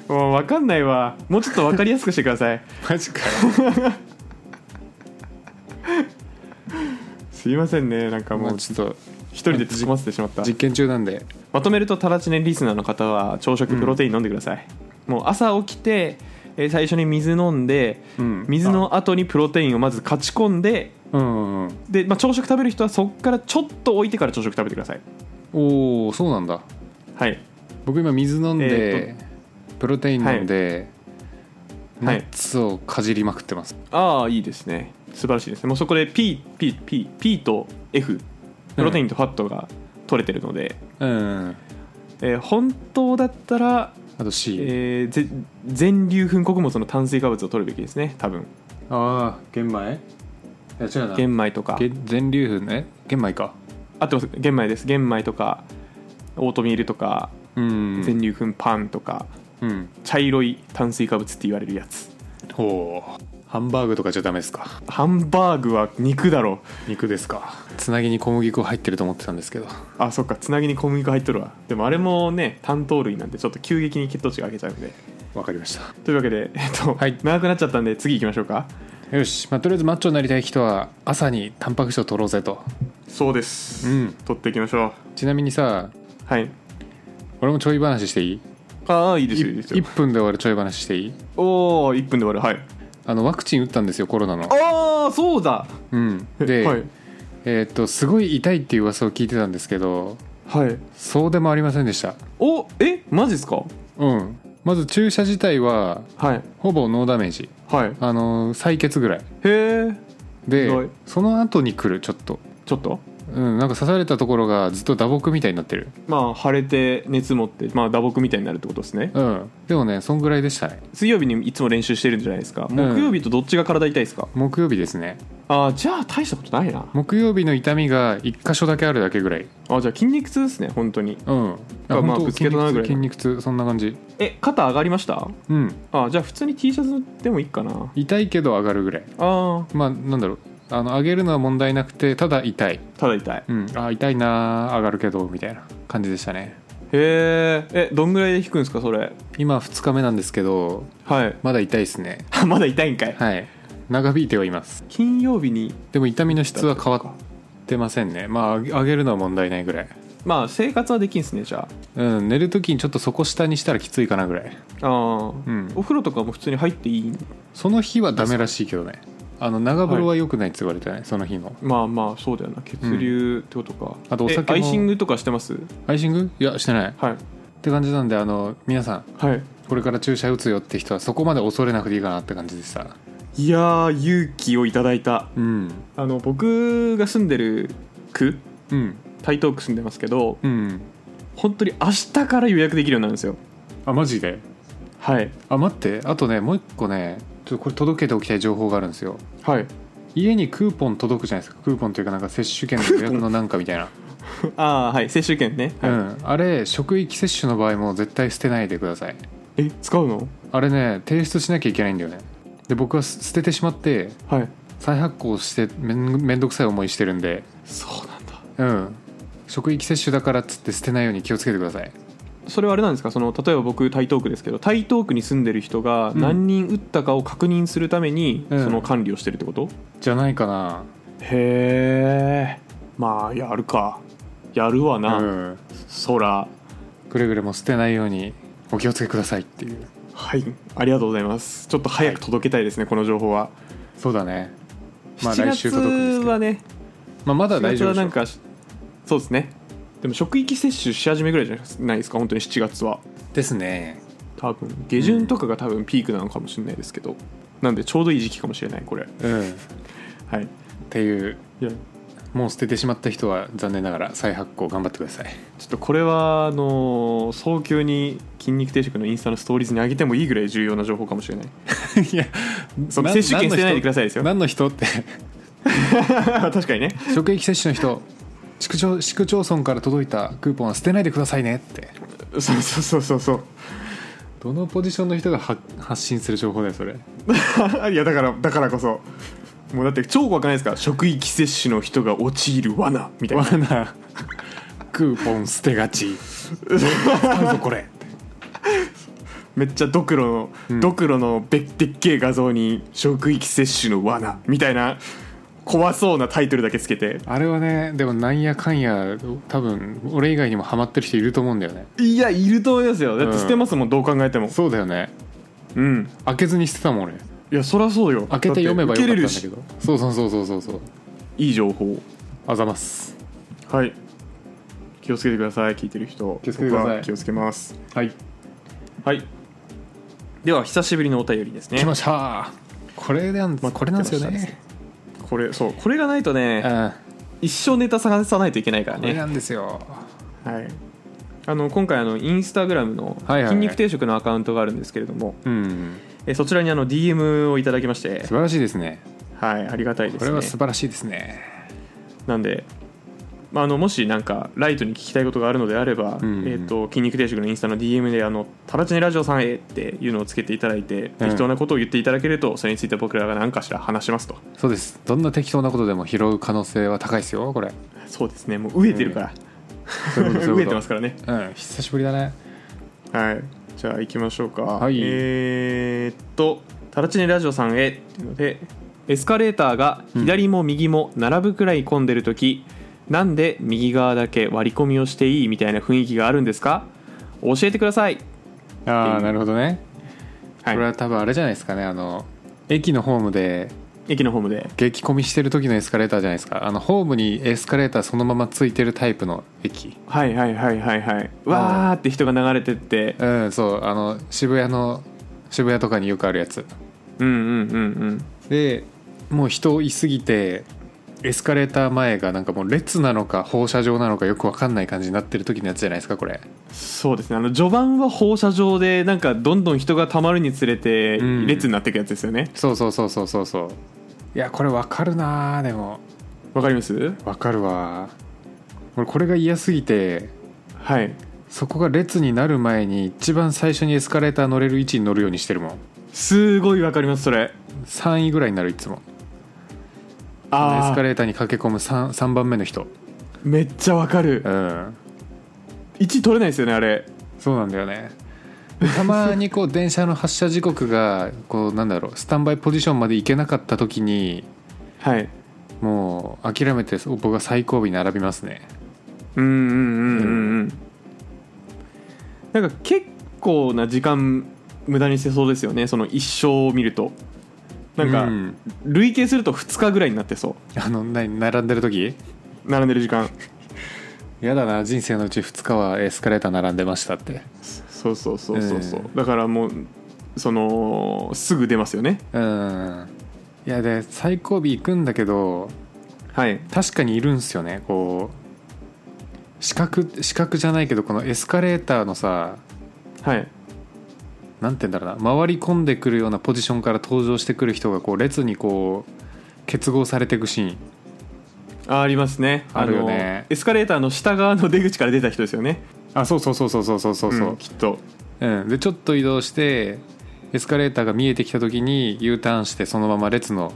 Speaker 1: もうわかんないわもうちょっとわかりやすくしてくだ さい
Speaker 2: マジかよ
Speaker 1: すいませんねなんかも
Speaker 2: まあ
Speaker 1: う
Speaker 2: ちょっと
Speaker 1: 一人で突っ込ませてしまった
Speaker 2: 実験中なんで
Speaker 1: まとめるとタラチネリスナーの方は朝食プロテイン飲んでください、もう朝起きて、えー最初に水飲んで、
Speaker 2: うん
Speaker 1: 水の後にプロテインをまず勝ち込んで
Speaker 2: うんうんうん
Speaker 1: で、まあ、朝食食べる人はそこからちょっと置いてから朝食食べてください
Speaker 2: おおそうなんだ
Speaker 1: はい
Speaker 2: 僕今水飲んで、
Speaker 1: え
Speaker 2: プロテイン飲んで、
Speaker 1: はい
Speaker 2: ナッツをかじりまくってます、
Speaker 1: ああいいですね素晴らしいですねもうそこで PPP と F プロテインとファットが取れてるので、
Speaker 2: うん
Speaker 1: えー本当だったら、
Speaker 2: あと C、
Speaker 1: えーぜ全粒粉穀物の炭水化物を取るべきですね多分
Speaker 2: ああ玄米いや違うな
Speaker 1: 玄米とか
Speaker 2: げ全粒粉ね玄米か
Speaker 1: あってます玄米です玄米とかオートミールとか
Speaker 2: うん
Speaker 1: 全粒粉パンとか、
Speaker 2: うん
Speaker 1: 茶色い炭水化物って言われるやつ
Speaker 2: ほうハンバーグとかじゃダメですか
Speaker 1: ハンバーグは肉だろ
Speaker 2: 肉ですかつなぎに小麦粉入ってると思ってたんですけど
Speaker 1: あそっかつなぎに小麦粉入っとるわでもあれもね単糖類なんでちょっと急激に血糖値が上げちゃうんで
Speaker 2: わかりました
Speaker 1: というわけで、えっと
Speaker 2: はい
Speaker 1: 長くなっちゃったんで次行きましょうか
Speaker 2: よし、まあ、とりあえずマッチョになりたい人は朝にタンパク質を取ろうぜと
Speaker 1: そうです、
Speaker 2: うん
Speaker 1: 取っていきましょう
Speaker 2: ちなみにさ
Speaker 1: はい
Speaker 2: 俺もちょい話していい
Speaker 1: ああいいですよいいですよ
Speaker 2: 1分で終わるちょい話していい
Speaker 1: おお1分で終わるはい
Speaker 2: あのワクチン打ったんですよコロナの
Speaker 1: ああそうだ
Speaker 2: うんで、
Speaker 1: はい
Speaker 2: えーっとすごい痛いっていう噂を聞いてたんですけど
Speaker 1: はい
Speaker 2: そうでもありませんでした
Speaker 1: おえマジですか
Speaker 2: うんまず注射自体は
Speaker 1: はい
Speaker 2: ほぼノーダメージ
Speaker 1: はい
Speaker 2: あの採血ぐらい
Speaker 1: へえ
Speaker 2: で
Speaker 1: 意外
Speaker 2: その後に来るちょっと
Speaker 1: ちょっと
Speaker 2: うんなんか刺されたところがずっと打撲みたいになってる
Speaker 1: まあ腫れて熱持って、まあ、打撲みたいになるってことですね
Speaker 2: うんでもねそんぐらいでしたね
Speaker 1: 水曜日にいつも練習してるんじゃないですか木曜日とどっちが体痛いですか、
Speaker 2: 木曜日ですね
Speaker 1: ああじゃあ大したことないな
Speaker 2: 木曜日の痛みが1箇所だけあるだけぐらい
Speaker 1: あじゃあ筋肉痛ですね本当に
Speaker 2: うん
Speaker 1: まあ
Speaker 2: ほんと
Speaker 1: ぶつけたなぐらい
Speaker 2: 筋肉痛筋肉痛そんな感じ
Speaker 1: え肩上がりました
Speaker 2: うん
Speaker 1: あじゃあ普通に T シャツでもいいかな
Speaker 2: 痛いけど上がるぐらい
Speaker 1: あ
Speaker 2: まあなんだろうあの上げるのは問題なくてただ痛い、
Speaker 1: ーただ痛いへ
Speaker 2: うん、あ痛いな上がるけどみたいな感じでしたね
Speaker 1: ええどんぐらいで引くんですかそれ
Speaker 2: 今2日目なんですけど
Speaker 1: はい
Speaker 2: まだ痛いですね
Speaker 1: まだ痛いんかい
Speaker 2: はい長引いてはいます
Speaker 1: 金曜日に
Speaker 2: でも痛みの質は変わってませんねまあ上げ上げるのは問題ないぐらい
Speaker 1: まあ生活はできんすねじゃ
Speaker 2: うん寝る時にちょっとそこ下にしたらきついかなぐらい
Speaker 1: ああー、
Speaker 2: うん
Speaker 1: お風呂とかも普通に入っていい
Speaker 2: その日はダメらしいけどねあの長風呂は良くないって言われてない、その日の
Speaker 1: まあまあそうだよな血流ってことか、
Speaker 2: あとお酒も
Speaker 1: えアイシングとかしてます
Speaker 2: アイシングいやしてないっ
Speaker 1: はい
Speaker 2: て感じなんであの皆さん
Speaker 1: はい
Speaker 2: これから注射打つよって人はそこまで恐れなくていいかなって感じでした
Speaker 1: いやー勇気をいただいた
Speaker 2: うん
Speaker 1: あの僕が住んでる区
Speaker 2: うん
Speaker 1: 台東区住んでますけど
Speaker 2: うん
Speaker 1: 本当に明日から予約できるようになるんですよ
Speaker 2: あマジで
Speaker 1: はい
Speaker 2: あ待ってあとねもう一個ねちょっとこれ届けておきたい情報があるんですよ
Speaker 1: はい
Speaker 2: 家にクーポン届くじゃないですかクーポンというかなんか接種券の予約のなんかみたいな、
Speaker 1: ああはい接種券ね、
Speaker 2: う
Speaker 1: はい
Speaker 2: ん、あれ職域接種の場合も絶対捨てないでください
Speaker 1: え使うの
Speaker 2: あれね提出しなきゃいけないんだよねで僕はす捨ててしまって
Speaker 1: はい
Speaker 2: 再発行してめんめんどくさい思いしてるんで
Speaker 1: そうなんだ
Speaker 2: うん職域接種だからっつって捨てないように気をつけてください
Speaker 1: それはあれなんですかその例えば僕台東区ですけど台東区に住んでる人が
Speaker 2: ん
Speaker 1: 何人打ったかを確認するために、
Speaker 2: うん
Speaker 1: その管理をしてるってこと
Speaker 2: じゃないかな
Speaker 1: へえまあやるかやるわな、
Speaker 2: うん
Speaker 1: そら
Speaker 2: くれぐれも捨てないようにお気をつけくださいっていう
Speaker 1: はいありがとうございますちょっと早く届けたいですね、この情報は
Speaker 2: そうだねまあ
Speaker 1: 7
Speaker 2: 来週届くんです
Speaker 1: 月
Speaker 2: け
Speaker 1: は
Speaker 2: ど、
Speaker 1: ね
Speaker 2: まあ、まだ
Speaker 1: 7
Speaker 2: 大
Speaker 1: 月
Speaker 2: 丈夫
Speaker 1: は
Speaker 2: でし
Speaker 1: な
Speaker 2: ょ
Speaker 1: んかそうですねでも職域接種し始めぐらいじゃないですか本当に7月は
Speaker 2: ですね
Speaker 1: 多分下旬とかが多分ピークなのかもしれないですけど、なんでちょうどいい時期かもしれないこれ
Speaker 2: うんっ
Speaker 1: はいい
Speaker 2: ていう
Speaker 1: やちょ
Speaker 2: もう捨ててしまった人は残念ながら再発行頑張ってください
Speaker 1: っとこれはあのー早急に筋肉定食のインスタのストーリーズに上げてもいいぐらい重要な情報かもしれ ない
Speaker 2: い や
Speaker 1: その接種券捨てないでくださいですよ
Speaker 2: 何の人って
Speaker 1: 確かにね
Speaker 2: 職域接種の人市区町市区町村から届いたクーポンは捨てないでくださいねって
Speaker 1: そうそうそうそうそう
Speaker 2: どのポジションの人がは発信する情報だよそれ
Speaker 1: いやだからだからこそもうだって超怖くないですか職域接種の人が陥る罠みたいな
Speaker 2: 罠クーポン捨てが ち使うぞこれ
Speaker 1: めっちゃドクロの、ドクロのべでっけえ画像に職域接種の罠みたいな怖そうなタイトルだけつけて
Speaker 2: あれはねでもなんやかんや多分俺以外にもハマってる人いると思うんだよね
Speaker 1: いやいると思いますよだって
Speaker 2: うん
Speaker 1: 捨てますもん、どう考えても
Speaker 2: そうだよね
Speaker 1: うん
Speaker 2: 開けずに捨てたもん俺
Speaker 1: いやそりゃそうよ
Speaker 2: 開けて読めばよかったんだ
Speaker 1: だって
Speaker 2: け
Speaker 1: 受けれる
Speaker 2: どそうそうそうそうそうそう
Speaker 1: しいい情報
Speaker 2: あざます
Speaker 1: はい気をつけてください聞いてる人
Speaker 2: 気をつけてください
Speaker 1: 僕は気をつけます
Speaker 2: はい
Speaker 1: はいでは久しぶりのお便りですね
Speaker 2: 来ましたこれなん、
Speaker 1: まあ
Speaker 2: これなんですよ
Speaker 1: 来ました
Speaker 2: ね
Speaker 1: これそうこれがないとね、
Speaker 2: うん
Speaker 1: 一生ネタ探さないといけないから
Speaker 2: これな
Speaker 1: ね、
Speaker 2: んですよ
Speaker 1: はい、あの今回あのインスタグラムの
Speaker 2: はいはいはい
Speaker 1: 筋肉定食のアカウントがあるんですけれども、
Speaker 2: うん
Speaker 1: えそちらにあの DM をいただきまして
Speaker 2: 素、晴らしいですね
Speaker 1: はい、ありがたいで
Speaker 2: これは
Speaker 1: す
Speaker 2: 素
Speaker 1: ね
Speaker 2: 晴らしいですね
Speaker 1: なんで、まあ、あのもしなんかライトに聞きたいことがあるのであれば「
Speaker 2: うんうん
Speaker 1: えー、と筋肉定食」のインスタの DM で「あのタラチネラジオさんへ」っていうのをつけていただいて、適当なことを言っていただけるとそれについて僕らが何かしら話しますと
Speaker 2: そうですどんな適当なことでも拾う可能性は高いですよこれ
Speaker 1: そうですねもう飢えてるから、
Speaker 2: そういうことそう
Speaker 1: 飢
Speaker 2: い
Speaker 1: え
Speaker 2: う
Speaker 1: て
Speaker 2: こ
Speaker 1: ますからね
Speaker 2: とうん久しぶりだね
Speaker 1: はい、じゃあ行きましょうか、
Speaker 2: はい
Speaker 1: えーっと「タラチネラジオさんへ」っていうのでエスカレーターが左も右も並ぶくらい混んでる時、なんで右側だけ割り込みをしていいみたいな雰囲気があるんですか教えてください、
Speaker 2: ああなるほどね
Speaker 1: は
Speaker 2: これ
Speaker 1: い、
Speaker 2: は多分あれじゃないですかねあの駅のホームで
Speaker 1: 駅のホームで
Speaker 2: 激混みしてる時のエスカレーターじゃないですかあのホームにエスカレーターそのままついてるタイプの駅
Speaker 1: はいはいはいはいはいわーって人が流れてって
Speaker 2: うんそうあの渋谷の渋谷とかによくあるやつ
Speaker 1: うんうんうん
Speaker 2: でもう人いすぎてエスカレーター前がなんかもう列なのか放射状なのかよく分かんない感じになってる時のやつじゃないですかこれ
Speaker 1: そうですねあの序盤は放射状でなんかどんどん人がたまるにつれて
Speaker 2: うん
Speaker 1: 列になっていくやつですよね
Speaker 2: そうそうそうそうそうそういやこれ分かるなーでも
Speaker 1: わかります
Speaker 2: 分かるわ俺これが嫌すぎて
Speaker 1: はい
Speaker 2: そこが列になる前に一番最初にエスカレーター乗れる位置に乗るようにしてるもん
Speaker 1: すごいわかりますそれ
Speaker 2: 3位ぐらいになるいつもエ
Speaker 1: あ
Speaker 2: スカ
Speaker 1: あ
Speaker 2: レーターに駆け込む 3, 3番目の人
Speaker 1: めっちゃわかる
Speaker 2: うん
Speaker 1: 1取れないですよねあれ
Speaker 2: そうなんだよねたまにこう電車の発車時刻がこうなんだろうスタンバイポジションまで行けなかった時に
Speaker 1: はい
Speaker 2: もう諦めて僕が最後尾に並びますね
Speaker 1: うんうんうんうんうんなんか結構な時間無駄にしてそうですよねその一生を見るとなんか、
Speaker 2: う
Speaker 1: 累計すると2日ぐらいになってそ
Speaker 2: あの何並んでる時
Speaker 1: う並んでる時間
Speaker 2: やだな人生のうち2日はエスカレーター並んでましたって
Speaker 1: そうそうそうそうそう、
Speaker 2: え
Speaker 1: だからもうそのすぐ出ますよね
Speaker 2: うんいやで最後尾行くんだけど
Speaker 1: はい
Speaker 2: 確かにいるんすよねこう四角四角じゃないけどこのエスカレーターのさ
Speaker 1: はい
Speaker 2: なんて言うんだろうな回り込んでくるようなポジションから登場してくる人がこう列にこう結合されていくシーン
Speaker 1: あありますね
Speaker 2: あるよね
Speaker 1: のエスカレーターの下側の出口から出た人ですよね
Speaker 2: あそうそうそうそうそうそうそう
Speaker 1: うんきっと
Speaker 2: うんでちょっと移動してエスカレーターが見えてきた時に U ターンしてそのまま列の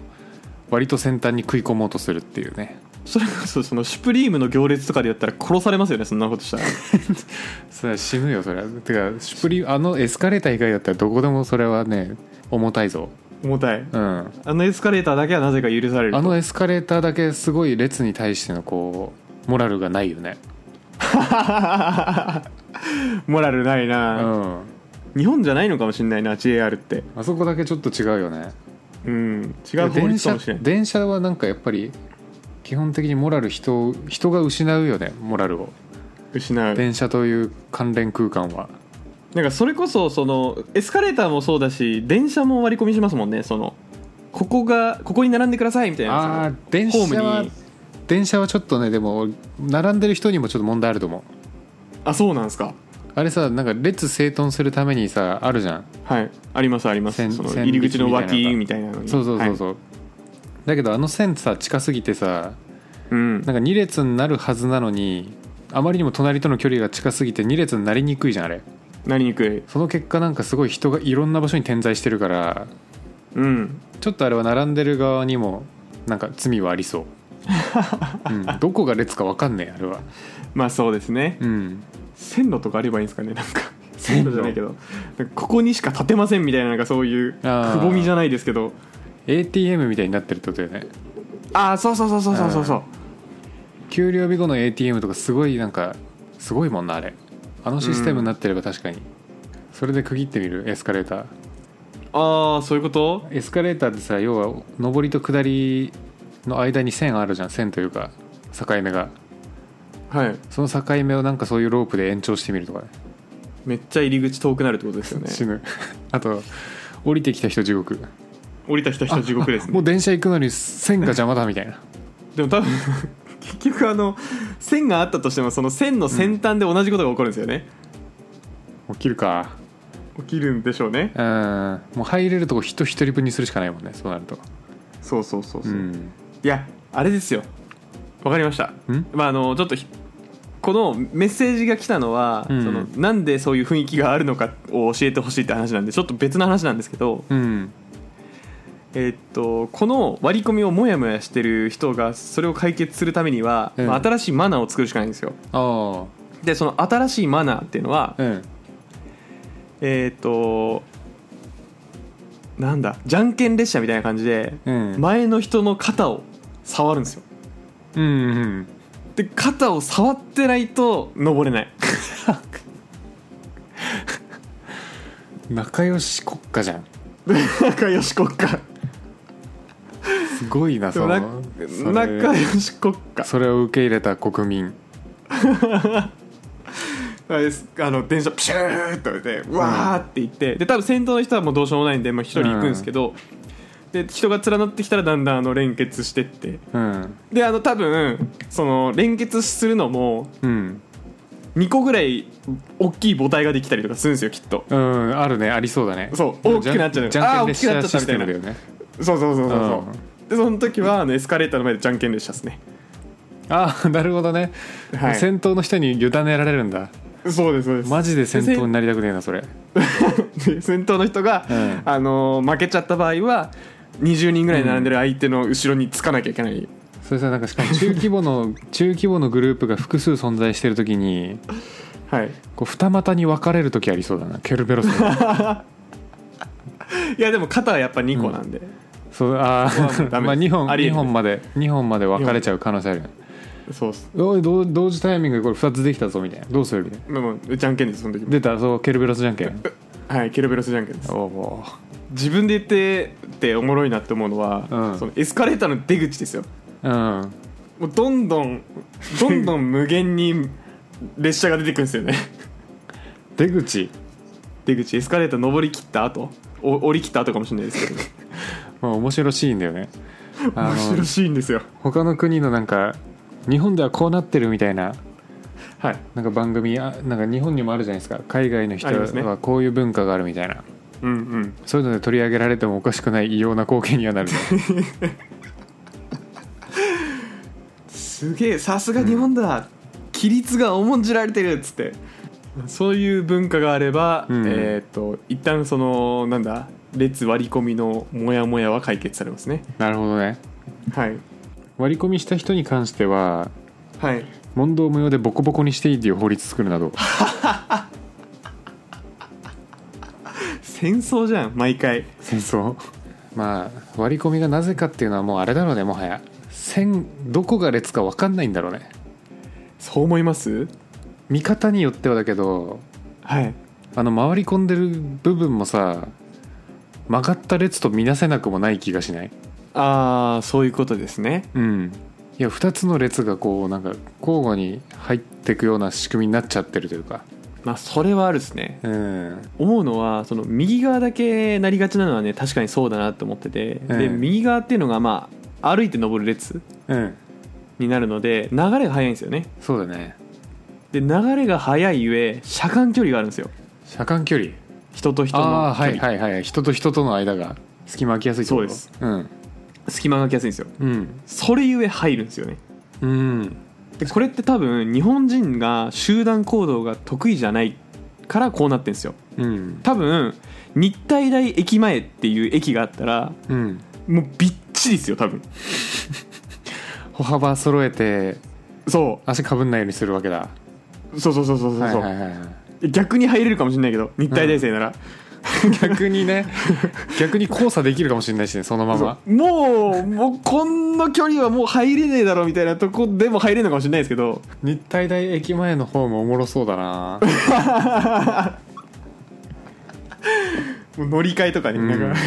Speaker 2: 割と先端に食い込もうとするっていうね
Speaker 1: それこそそのシュプリームの行列とかでやったら殺されますよねそんなこと したら
Speaker 2: それは死ぬよそれはてかシュプリあのエスカレーター以外だったらどこでもそれはね重たいぞ
Speaker 1: 重たい
Speaker 2: うん
Speaker 1: あのエスカレーターだけはなぜか許されると
Speaker 2: あのエスカレーターだけすごい列に対してのこうモラルがないよね
Speaker 1: モラルないうな、
Speaker 2: ん
Speaker 1: 日本じゃないのかもしれないな JR って
Speaker 2: あそこだけちょっと違うよね
Speaker 1: うん違う法
Speaker 2: 電
Speaker 1: 律か
Speaker 2: 車
Speaker 1: もしれない
Speaker 2: 電車はなんかやっぱり基本的にモラル人を人が失うよねモラルを
Speaker 1: 失う
Speaker 2: 電車という関連空間は
Speaker 1: なんかそれこそそのエスカレーターもそうだし電車も割り込みしますもんねそのここがここに並んでくださいみたいな
Speaker 2: あ
Speaker 1: や
Speaker 2: あ電車
Speaker 1: ホーム
Speaker 2: は
Speaker 1: に
Speaker 2: 電車はちょっとねでも並んでる人にもちょっと問題あると思う
Speaker 1: つあそうなんですか
Speaker 2: あれさなんか列整頓するためにさあるじゃん
Speaker 1: はいありますあります
Speaker 2: 線
Speaker 1: その
Speaker 2: 線
Speaker 1: 入り口の脇
Speaker 2: 引き
Speaker 1: みたいなのに
Speaker 2: そうそうそう
Speaker 1: はい
Speaker 2: そう、だけどあの線さ近すぎてさ
Speaker 1: うん
Speaker 2: なんか2列になるはずなのにあまりにも隣との距離が近すぎて2列になりにくいじゃんあれ
Speaker 1: なりにくい
Speaker 2: その結果なんかすごい人がいろんな場所に点在してるから
Speaker 1: うん
Speaker 2: ちょっとあれは並んでる側にもなんか罪はあ りそう、うん、どこが列か分かんねえあれは
Speaker 1: まあそうですね
Speaker 2: うん
Speaker 1: 線路とかあればいいんですかねなんか線路じゃないけどなんかここにしか建てませんみたいななんかそういうく
Speaker 2: あー
Speaker 1: ぼみじゃないですけど
Speaker 2: ATM みたいになってるってことだよね
Speaker 1: ああそうそうそうそうそうそうそう
Speaker 2: 給料日後の ATM とかすごいなんかすごいもんなあれあのシステムになってれば確かに、それで区切ってみるエスカレーター
Speaker 1: ああそういうこと
Speaker 2: エスカレーターってさ要は上りと下りの間に線あるじゃん線というか境目が
Speaker 1: はい
Speaker 2: その境目をなんかそういうロープで延長してみるとかね
Speaker 1: めっちゃ入り口遠くなるってことですよね
Speaker 2: 死ぬ あと降りてきた人地獄
Speaker 1: 降りた人人地獄です
Speaker 2: も
Speaker 1: ね
Speaker 2: う電車行くのに線が邪魔だみたいな
Speaker 1: でも多分 結局あの線があったとしてもその線の先端で同じことが起こるんですよね、
Speaker 2: 起きるか
Speaker 1: 起きるんでしょうね
Speaker 2: うんもう入れるとこ人一人分にするしかないもんねそうなると
Speaker 1: そうそうそうそうう、
Speaker 2: ん
Speaker 1: いやあれですよわかりました
Speaker 2: ん
Speaker 1: まああのちょっとひこのメッセージが来たのは、
Speaker 2: うん
Speaker 1: そのなんでそういう雰囲気があるのかを教えてほしいって話なんでちょっと別の話なんですけど、
Speaker 2: うん
Speaker 1: えーっとこの割り込みをモヤモヤしてる人がそれを解決するためには、
Speaker 2: うん
Speaker 1: まあ新しいマナーを作るしかないんですよ
Speaker 2: あ
Speaker 1: でその新しいマナーっていうのは
Speaker 2: あ、うん
Speaker 1: えーっとなんだじゃんけん列車みたいな感じで、
Speaker 2: うん
Speaker 1: 前の人の肩を触るんですよ
Speaker 2: うんうん
Speaker 1: で肩を触ってないと登れない
Speaker 2: 仲良し国家じゃん
Speaker 1: 仲良し国家
Speaker 2: すごいな
Speaker 1: で
Speaker 2: そ
Speaker 1: もな
Speaker 2: のそれ
Speaker 1: 仲良し国家
Speaker 2: それを受け入れた国民
Speaker 1: あれですあの電車ピシューって置いてわーって行ってで多分先頭の人はもうどうしようもないんでまあ一人行くんですけど、で人が連なってきたらだんだんあの連結してって
Speaker 2: うん
Speaker 1: であの多分その連結するのも
Speaker 2: うん
Speaker 1: 2個ぐらい大きい母体ができたりとかするんですよきっと
Speaker 2: うんあるねありそうだね
Speaker 1: そう大きくなっちゃう
Speaker 2: じゃんけん列
Speaker 1: あー大きくなっ
Speaker 2: 車
Speaker 1: ちゃったみた
Speaker 2: シス
Speaker 1: い
Speaker 2: テ
Speaker 1: な
Speaker 2: ムだよね
Speaker 1: そうそうそうそうそう
Speaker 2: うん
Speaker 1: でその時はあのエスカレーターの前でじゃんけん列車ですね
Speaker 2: ああなるほどね、
Speaker 1: はい
Speaker 2: 先頭の人に委ねられるんだ
Speaker 1: そうですそうです
Speaker 2: マジで先頭になりたくねえなそれ
Speaker 1: で 先頭の人が、
Speaker 2: うん
Speaker 1: あのー負けちゃった場合は20人ぐらい並んでる相手の後ろにつかなきゃいけない、
Speaker 2: それさなんかしかも中規模の 中規模のグループが複数存在してる時に
Speaker 1: はい
Speaker 2: こう二股に分かれる時ありそうだなケルベロスの
Speaker 1: いやでも肩はやっぱ2個なんで、
Speaker 2: そう
Speaker 1: う
Speaker 2: あ
Speaker 1: わ
Speaker 2: ー
Speaker 1: ダメ
Speaker 2: まあ2本
Speaker 1: ありえ
Speaker 2: 二
Speaker 1: ない
Speaker 2: 本まで二本まで分かれちゃう可能性あるよね
Speaker 1: そうっす
Speaker 2: おい同同時タイミングでこれ2つできたぞみたいなどうするみたいな
Speaker 1: まあまあじゃんけんですその時も
Speaker 2: 出たそうケルベロスじゃんけん
Speaker 1: はいケルベロスじゃんけんです
Speaker 2: おお
Speaker 1: 自分で言ってっておもろいなって思うのは、
Speaker 2: うん
Speaker 1: そのエスカレーターの出口ですよ
Speaker 2: うん
Speaker 1: もうどんどんどん どん無限に列車が出てくるんですよね
Speaker 2: 出口
Speaker 1: 出口エスカレーター登り切った後お降り切った後かもしれないですけど
Speaker 2: まあ面白シーンだよねあの
Speaker 1: 面白しいんですよ
Speaker 2: 他の国のなんか日本ではこうなってるみたいな
Speaker 1: はい
Speaker 2: なんか番組あなんか日本にもあるじゃないですか海外の人
Speaker 1: ありますね
Speaker 2: はこういう文化があるみたいな、
Speaker 1: うんうん
Speaker 2: そういうので取り上げられてもおかしくない異様な光景にはなるね
Speaker 1: すげえさすが日本だ、規律が重んじられてるっつってそういう文化があれば、
Speaker 2: うん
Speaker 1: えーっと一旦そのなんだ列割り込みのモヤモヤは解決されますね
Speaker 2: なるほどね
Speaker 1: はい
Speaker 2: 割り込みした人に関しては
Speaker 1: はい
Speaker 2: 問答無用でボコボコにしていいっていう法律作るなど
Speaker 1: 戦争じゃん毎回
Speaker 2: 戦争まあ割り込みがなぜかっていうのはもうあれだろうねもはや線どこが列か分かんないんだろうね
Speaker 1: そう思います
Speaker 2: 見方によってはだけど
Speaker 1: はい
Speaker 2: あの回り込んでる部分もさ曲がった列と見なせなくもない気がしない
Speaker 1: ああそういうことですね
Speaker 2: うんいや2つの列がこうなんか交互に入っていくような仕組みになっちゃってるというか
Speaker 1: まあそれはあるですね
Speaker 2: うん
Speaker 1: 思うのはその右側だけなりがちなのはね確かにそうだなと思ってて、で
Speaker 2: うん
Speaker 1: 右側っていうのがまあ歩いて登る列
Speaker 2: うん
Speaker 1: になるので流れが速いんですよね
Speaker 2: そうだね
Speaker 1: で流れが速いゆえ車間距離があるんですよ
Speaker 2: 車間距離
Speaker 1: 人と人の距離
Speaker 2: ああーはいはいはい人と人との間が隙間空きやすいってこと
Speaker 1: そうです
Speaker 2: うん
Speaker 1: 隙間が空きやすいんですよ
Speaker 2: うん
Speaker 1: それゆえ入るんですよね
Speaker 2: うん
Speaker 1: でこれって多分日本人が集団行動が得意じゃないからこうなってるんですよ
Speaker 2: うん
Speaker 1: 多分日体大駅前っていう駅があったら
Speaker 2: うん
Speaker 1: もうびっ私立よ多分
Speaker 2: 歩幅揃えて
Speaker 1: そ
Speaker 2: 足かぶんないようにするわけだ
Speaker 1: うそうそうそうそうそう、
Speaker 2: はいはいはいはい
Speaker 1: 逆に入れるかもしれないけど日体大生なら、
Speaker 2: 逆にね逆に交差できるかもしれないしねそのまま
Speaker 1: そうもうもうこんな距離はもう入れねえだろみたいなとこでも入れるのかもしれないですけど
Speaker 2: 日体大駅前の方もおもろそうだ な
Speaker 1: もう乗り換えとかになんか、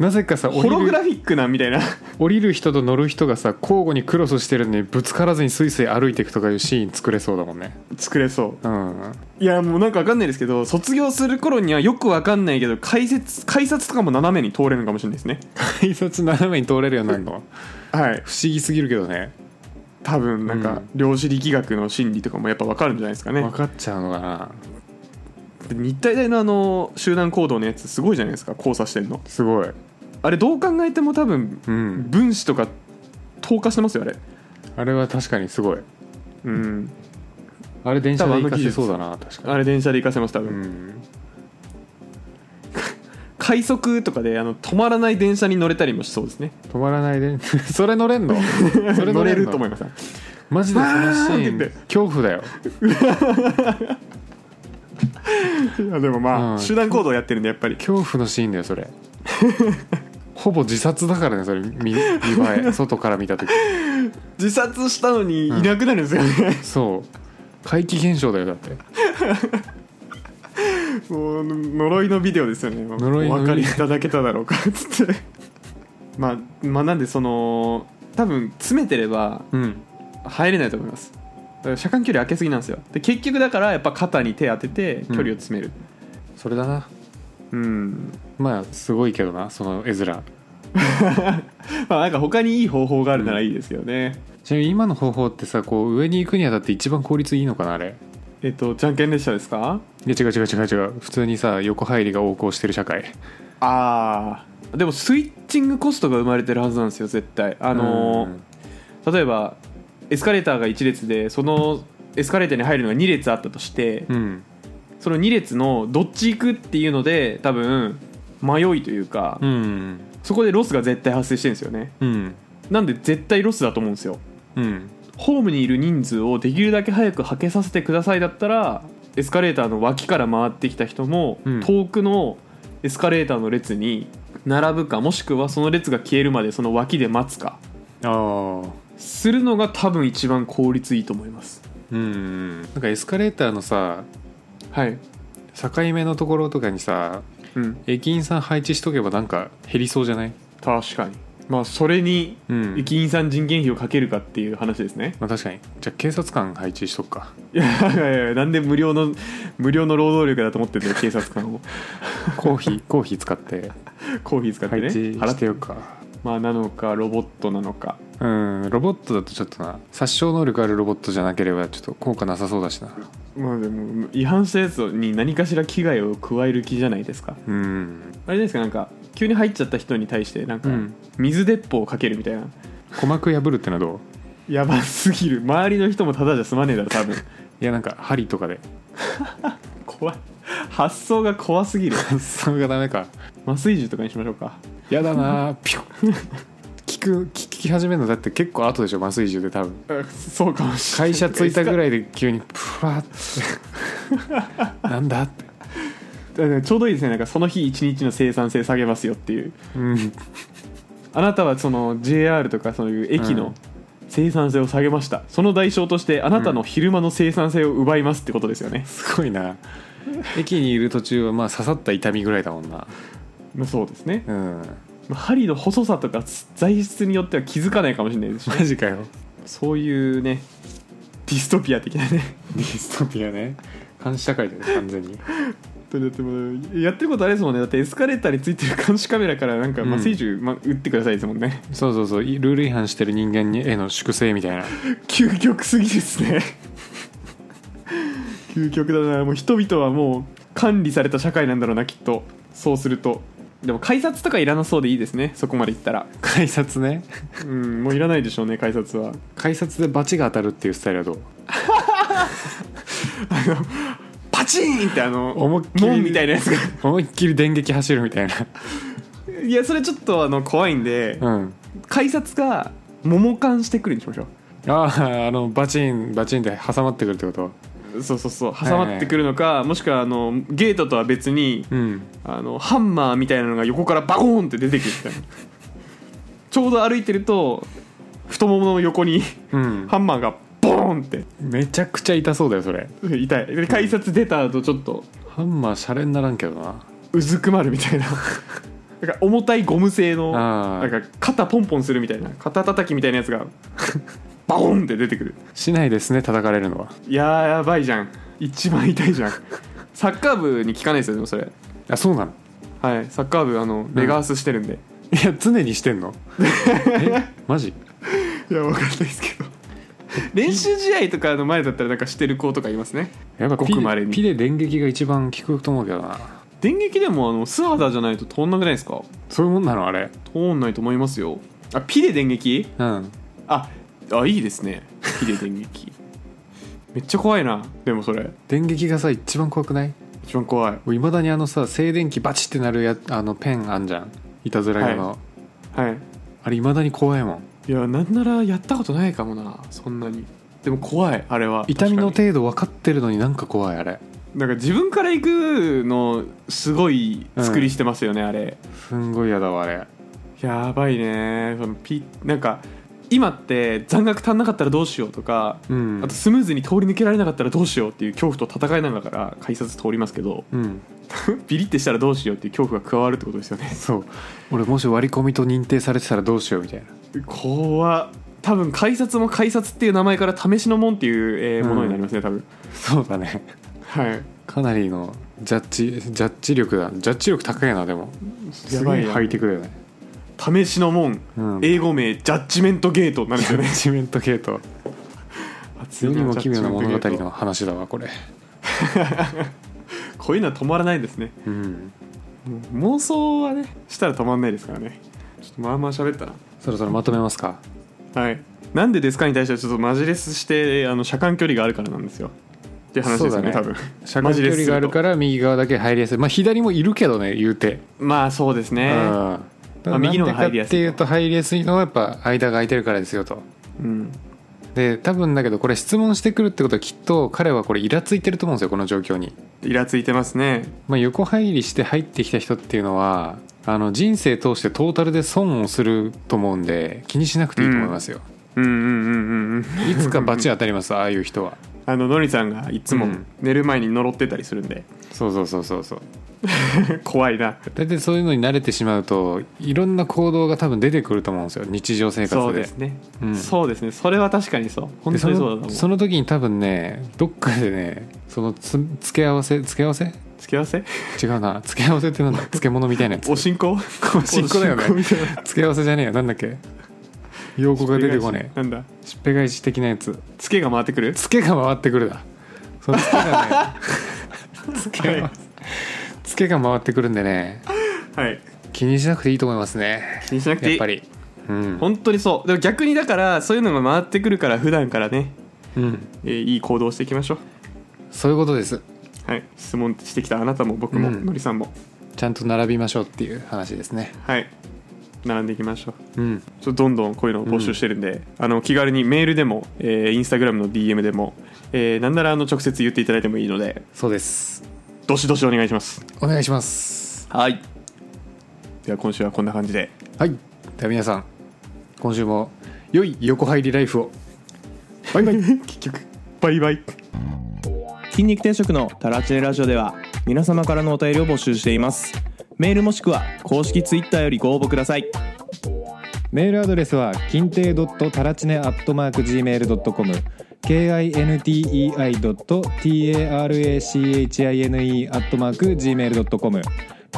Speaker 2: なぜかさ
Speaker 1: ホ
Speaker 2: 降
Speaker 1: ロ
Speaker 2: り
Speaker 1: グ
Speaker 2: る
Speaker 1: ラフィックなんみたいな
Speaker 2: 降りる人と乗る人がさ交互にクロスしてるのにぶつからずにスイスイ歩いていくとかいうシーン作れそうだもんね
Speaker 1: 作れそう
Speaker 2: うん
Speaker 1: いやもうなんかわかんないですけど卒業する頃にはよくわかんないけど解説改札とかも斜めに通れるのかもしれないですね
Speaker 2: 改札斜めに通れるようになるの
Speaker 1: はい
Speaker 2: 不思議すぎるけどね
Speaker 1: 多分なん
Speaker 2: う
Speaker 1: か
Speaker 2: ん
Speaker 1: 量子力学の真理とかもやっぱわかるんじゃないですかね
Speaker 2: 分かっちゃうのかな
Speaker 1: で日体大のあの集団行動のやつすごいじゃないですか交差してんの
Speaker 2: すごい
Speaker 1: あれどう考えても多分
Speaker 2: うん
Speaker 1: 分子とか透過してますよあれ
Speaker 2: あれは確かにすごい
Speaker 1: うん
Speaker 2: あれ電車で
Speaker 1: 多分
Speaker 2: 行
Speaker 1: あの
Speaker 2: か
Speaker 1: 技
Speaker 2: せ
Speaker 1: 術
Speaker 2: そうだな確か
Speaker 1: あれ電車で行かせます多
Speaker 2: にう
Speaker 1: 分、
Speaker 2: ん
Speaker 1: 快速とかであの止まらない電車に乗れたりもしそうですね
Speaker 2: 止まらないで それ乗れんのそれ
Speaker 1: 乗れると思
Speaker 2: い
Speaker 1: います
Speaker 2: マジでそのシ
Speaker 1: わーって
Speaker 2: ー
Speaker 1: 言
Speaker 2: ン
Speaker 1: って
Speaker 2: 恐怖だよ
Speaker 1: いやでもまあ、
Speaker 2: うん
Speaker 1: 集団行動やってるんでやっぱり
Speaker 2: 恐怖のシーンだよ それほぼ自殺だからねそれ見見栄 え外から見た時
Speaker 1: 自殺したのにいなくなるんですよね、
Speaker 2: そう怪奇現象だよだって
Speaker 1: もう呪いのビデオですよねもう
Speaker 2: 呪いの
Speaker 1: お分
Speaker 2: ビデオ
Speaker 1: かりいただけただろうかつってまあまあなんでその多分詰めてれば
Speaker 2: うん
Speaker 1: 入れないと思いますだから車間距離開けすぎなんですよで結局だからやっぱ肩に手当てて距離を詰める
Speaker 2: それだな
Speaker 1: うん、
Speaker 2: まあすごいけどなその絵面
Speaker 1: まあなんか他にいい方法があるならいいですけどね、
Speaker 2: ちなみに今の方法ってさこう上に行くにはだって一番効率いいのかなあれ
Speaker 1: えっとじゃんけん列車ですか
Speaker 2: いや違う違う違う違う普通にさ横入りが横行してる社会
Speaker 1: ああでもスイッチングコストが生まれてるはずなんですよ絶対あ
Speaker 2: あ
Speaker 1: のー例えばエスカレーターが1列でそのエスカレーターに入るのが2列あったとして、
Speaker 2: うん
Speaker 1: その2列のどっち行くっていうので多分迷いというか、
Speaker 2: うん
Speaker 1: そこでロスが絶対発生してるんですよね
Speaker 2: うん
Speaker 1: なんで絶対ロスだと思うんですよ
Speaker 2: うん
Speaker 1: ホームにいる人数をできるだけ早くはけさせてくださいだったらエスカレーターの脇から回ってきた人も、
Speaker 2: うん
Speaker 1: 遠くのエスカレーターの列に並ぶかもしくはその列が消えるまでその脇で待つか
Speaker 2: ああ
Speaker 1: するのが多分一番効率いいと思います
Speaker 2: うんなんかエスカレーターのさ
Speaker 1: はい、
Speaker 2: 境目のところとかにさ
Speaker 1: うん、
Speaker 2: 駅員さん配置しとけばなんか減りそうじゃない
Speaker 1: 確かにまあそれに
Speaker 2: うん
Speaker 1: 駅員さん人件費をかけるかっていう話ですね、
Speaker 2: まあ確かにじゃあ警察官配置しとくか
Speaker 1: いやいやいやなんで無料の無料の労働力だと思って るの警察官を
Speaker 2: コーヒーコーヒー使って
Speaker 1: コーヒー使って
Speaker 2: 配
Speaker 1: ね
Speaker 2: 置
Speaker 1: 払
Speaker 2: し
Speaker 1: ってて
Speaker 2: よくか
Speaker 1: まあなのかロボットなのか
Speaker 2: うんロボットだとちょっとな殺傷能力あるロボットじゃなければちょっと効果なさそうだしな
Speaker 1: まあでも違反したやつに何かしら危害を加える気じゃないですか
Speaker 2: うん
Speaker 1: あれですかなんか急に入っちゃった人に対してなんか
Speaker 2: うん
Speaker 1: 水鉄砲をかけるみたいな、
Speaker 2: 鼓膜破るってのはどう
Speaker 1: やばすぎる周りの人もただじゃ済まねえだろ多分
Speaker 2: いやなんか針とかで
Speaker 1: 怖い発想が怖すぎる
Speaker 2: それがダメか
Speaker 1: 麻酔銃とかにしましょうか
Speaker 2: やだなピュッ聞く聞き始めるのだって結構後でしょ麻酔銃で多分
Speaker 1: あそうかもしれない
Speaker 2: 会社着いたぐらいで急にプラッて なんだって
Speaker 1: だからちょうどいいですねなんかその日一日の生産性下げますよっていう
Speaker 2: うん
Speaker 1: あなたはその JR とかそういう駅
Speaker 2: うん
Speaker 1: の生産性を下げました、その代償としてあなたの昼間の生産性を奪いますってことですよね、
Speaker 2: すごいな駅にいる途中はまあ刺さった痛みぐらいだもんな
Speaker 1: まあ、そうですね
Speaker 2: うん
Speaker 1: まあ針の細さとか材質によっては気づかないかもしれないですしね
Speaker 2: マジかよ
Speaker 1: そういうねディストピア的 なね
Speaker 2: ディストピアね監視社会だよ完全に
Speaker 1: だってもうやってることあれですもんねだってエスカレーターについてる監視カメラからなんか
Speaker 2: うん
Speaker 1: 麻酔銃、ま撃ってくださいですもんね
Speaker 2: そうそうそういルール違反してる人間にへの粛清みたい な
Speaker 1: 究極すぎですね究極だなもう人々はもう管理された社会なんだろうなきっとそうするとでも改札とかいらなそうでいいですねそこまでいったら
Speaker 2: 改札ね
Speaker 1: うんもういらないでしょうね改札は
Speaker 2: 改札でバチが当たるっていうスタイルはどう
Speaker 1: パチーンってあの
Speaker 2: 思いっきり
Speaker 1: 門みたいなやつが
Speaker 2: 思いっきり電撃走るみたいな
Speaker 1: いやそれちょっとあの怖いんで、
Speaker 2: うん
Speaker 1: 改札が桃缶してくるにしましょ
Speaker 2: あああのバチンバチンで挟まってくるってこと
Speaker 1: うそうそうそう挟まってくるのか、もしくはあのゲートとは別に
Speaker 2: うん
Speaker 1: あのハンマーみたいなのが横からバコーンって出てくるみたいなちょうど歩いてると太ももの横に
Speaker 2: うん
Speaker 1: ハンマーがボーンって
Speaker 2: めちゃくちゃ痛そうだよそれ
Speaker 1: 痛いで改札出た後ちょっと
Speaker 2: ハンマーシャレにならんけどな
Speaker 1: うずくまるみたいな なんか重たいゴム製の
Speaker 2: あ
Speaker 1: な
Speaker 2: ー
Speaker 1: んか肩ポンポンするみたいな肩叩きみたいなやつが バコーンって出てくる
Speaker 2: しないですね叩かれるのはい
Speaker 1: やーやばいじゃん一番痛いじゃんサッカー部に効かないですよでもそれ
Speaker 2: あそうなの
Speaker 1: はいサッカー部あのレガースしてるんで、
Speaker 2: いや常にしてんのえマジ
Speaker 1: いや分かんないですけど練習試合とかの前だったらなんかしてる子とかいますね
Speaker 2: やっぱ
Speaker 1: ご
Speaker 2: ピ
Speaker 1: くまれ
Speaker 2: で
Speaker 1: に
Speaker 2: ピで電撃が一番効くと思うけどな
Speaker 1: 電撃でもあの素肌じゃないと通んなくないですか
Speaker 2: そういうもんなのあれ
Speaker 1: 通んないと思いますよあピで電撃
Speaker 2: うん
Speaker 1: ああいいですねピで電撃 めっちゃ怖いなでもそれ
Speaker 2: 電撃がさ一番怖くない
Speaker 1: 一番怖い
Speaker 2: いまだにあのさ静電気バチってなるやあのペンあんじゃんいたずら用の、
Speaker 1: ははい
Speaker 2: あれいまだに怖いもん
Speaker 1: いやなんならやったことないかもなそんなにでも怖いあれは
Speaker 2: 痛みの
Speaker 1: 確か
Speaker 2: 程度分かってるのになんか怖いあれ
Speaker 1: になんか自分から行くのすごい作りしてますよね、あれ
Speaker 2: すんごい嫌だわあれ
Speaker 1: やばいねそのピなんか今って残額足んなかったらどうしようとか、
Speaker 2: うん
Speaker 1: あとスムーズに通り抜けられなかったらどうしようっていう恐怖と戦いながら改札通りますけど
Speaker 2: うん
Speaker 1: ビリってしたらどうしようっていう恐怖が加わるってことですよね
Speaker 2: そう俺もし割り込みと認定されてたらどうしようみたいな
Speaker 1: 怖っ多分改札も改札っていう名前から試しのもんっていう、えー
Speaker 2: うん
Speaker 1: ものになりますね多分
Speaker 2: そうだね
Speaker 1: はい
Speaker 2: かなりのジャッジジャッジ力だジャッジ力高いなでも
Speaker 1: やばい
Speaker 2: すげえ
Speaker 1: な
Speaker 2: ハイテクだよね
Speaker 1: 試しのもん、
Speaker 2: うん
Speaker 1: 英語名ジャッジメントゲートなんです
Speaker 2: ジャ
Speaker 1: よね
Speaker 2: ッジメント系と世にも奇妙な物語の話だわこれ
Speaker 1: こういうのは止まらないですね
Speaker 2: うん
Speaker 1: もう妄想はねしたら止まんないですからねちょっとまあまあ喋ったな
Speaker 2: そろそろまとめますか
Speaker 1: はいなんでですかに対してはちょっとマジレスしてあの車間距離があるからなんですよっていう話ですよね
Speaker 2: そう
Speaker 1: 多
Speaker 2: だ
Speaker 1: 分
Speaker 2: 車間距離があるからら右側だけ入りやすいまあ左もいるけどね言うて、
Speaker 1: まあそうですね
Speaker 2: うん
Speaker 1: あ右の方が入りやすい
Speaker 2: なんでかっていうと入りやすいのはやっぱ間が空いてるからですよと
Speaker 1: うん
Speaker 2: で多分だけどこれ質問してくるってことはきっと彼はこれイラついてると思うんですよこの状況に、
Speaker 1: イラついてますね
Speaker 2: まあ、横入りして入ってきた人っていうのはあの人生通してトータルで損をすると思うんで気にしなくていいと思いますよ、
Speaker 1: うんうんうんうんうん
Speaker 2: いつかバチ当た りますああいう人は
Speaker 1: あののりさんがいつも
Speaker 2: うん
Speaker 1: 寝る前に呪ってたりするんで
Speaker 2: そうそうそうそうそう
Speaker 1: 怖いな
Speaker 2: 大体そういうのに慣れてしまうといろんな行動が多分出てくると思うんですよ日常生活で
Speaker 1: そうですね、
Speaker 2: うん
Speaker 1: そうですねそれは確かにそう本
Speaker 2: で
Speaker 1: 当
Speaker 2: そ
Speaker 1: にそうだと思
Speaker 2: の
Speaker 1: う
Speaker 2: その時に多分ねどっかでねそのつ付け合わせ付け合わせ
Speaker 1: 付き合わせ
Speaker 2: 違うな付け合わせってなんだ漬物みたいなやつ
Speaker 1: お進行
Speaker 2: おしんこだよね
Speaker 1: おしんこみたいな
Speaker 2: 付け合わせじゃねえよなんだっけ用語が出てこねえ
Speaker 1: なんだ
Speaker 2: しっぺ返し的なやつ
Speaker 1: ツケが回ってくる
Speaker 2: つけが回ってくるだそのつけ がねつ
Speaker 1: は
Speaker 2: けがつけが回ってくるんでね
Speaker 1: はい
Speaker 2: 気にしなくていいと思いますね
Speaker 1: 気にしなくていい
Speaker 2: やっぱりうん、
Speaker 1: 本当にそうでも逆にだからそういうのが回ってくるから普段からね、
Speaker 2: うん、
Speaker 1: えーいい行動をしていきましょ
Speaker 2: そういうことです
Speaker 1: うはい質問してきたあなたも僕も、
Speaker 2: うん
Speaker 1: のりさんも
Speaker 2: ちゃんと並びましょうっていう話ですね
Speaker 1: はい並んでいきましょう
Speaker 2: う
Speaker 1: ち
Speaker 2: ん
Speaker 1: ょっとどんどんこういうのを募集してるんで、あの気軽にメールでも、えーインスタグラムの DM でも、えーなんならあの直接言っていただいてもいいので
Speaker 2: そうです
Speaker 1: どしどしお願いします
Speaker 2: お願いします
Speaker 1: はいでは今週はこんな感じで
Speaker 2: はいでは皆さん今週も良い横入りライフをバイバイ
Speaker 1: 結局バイバイ筋肉定食のタラチネラジオでは皆様からのお便りを募集していますメールもしくは公式ツイッターよりご応募ください
Speaker 3: メールアドレスは金亭ドットタラチネアットマーク gmail ドットコム k i n t e i ドット t a r a c h i n e アットマーク gmail ドットコム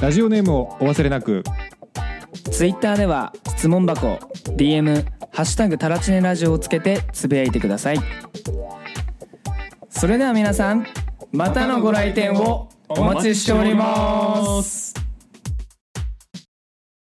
Speaker 3: ラジオネームをお忘れなく。
Speaker 4: ツイッターでは質問箱 DM「ハッシュタグタラチネラジオ」をつけてつぶやいてくださいそれでは皆さんまたのご来店をお待ちしております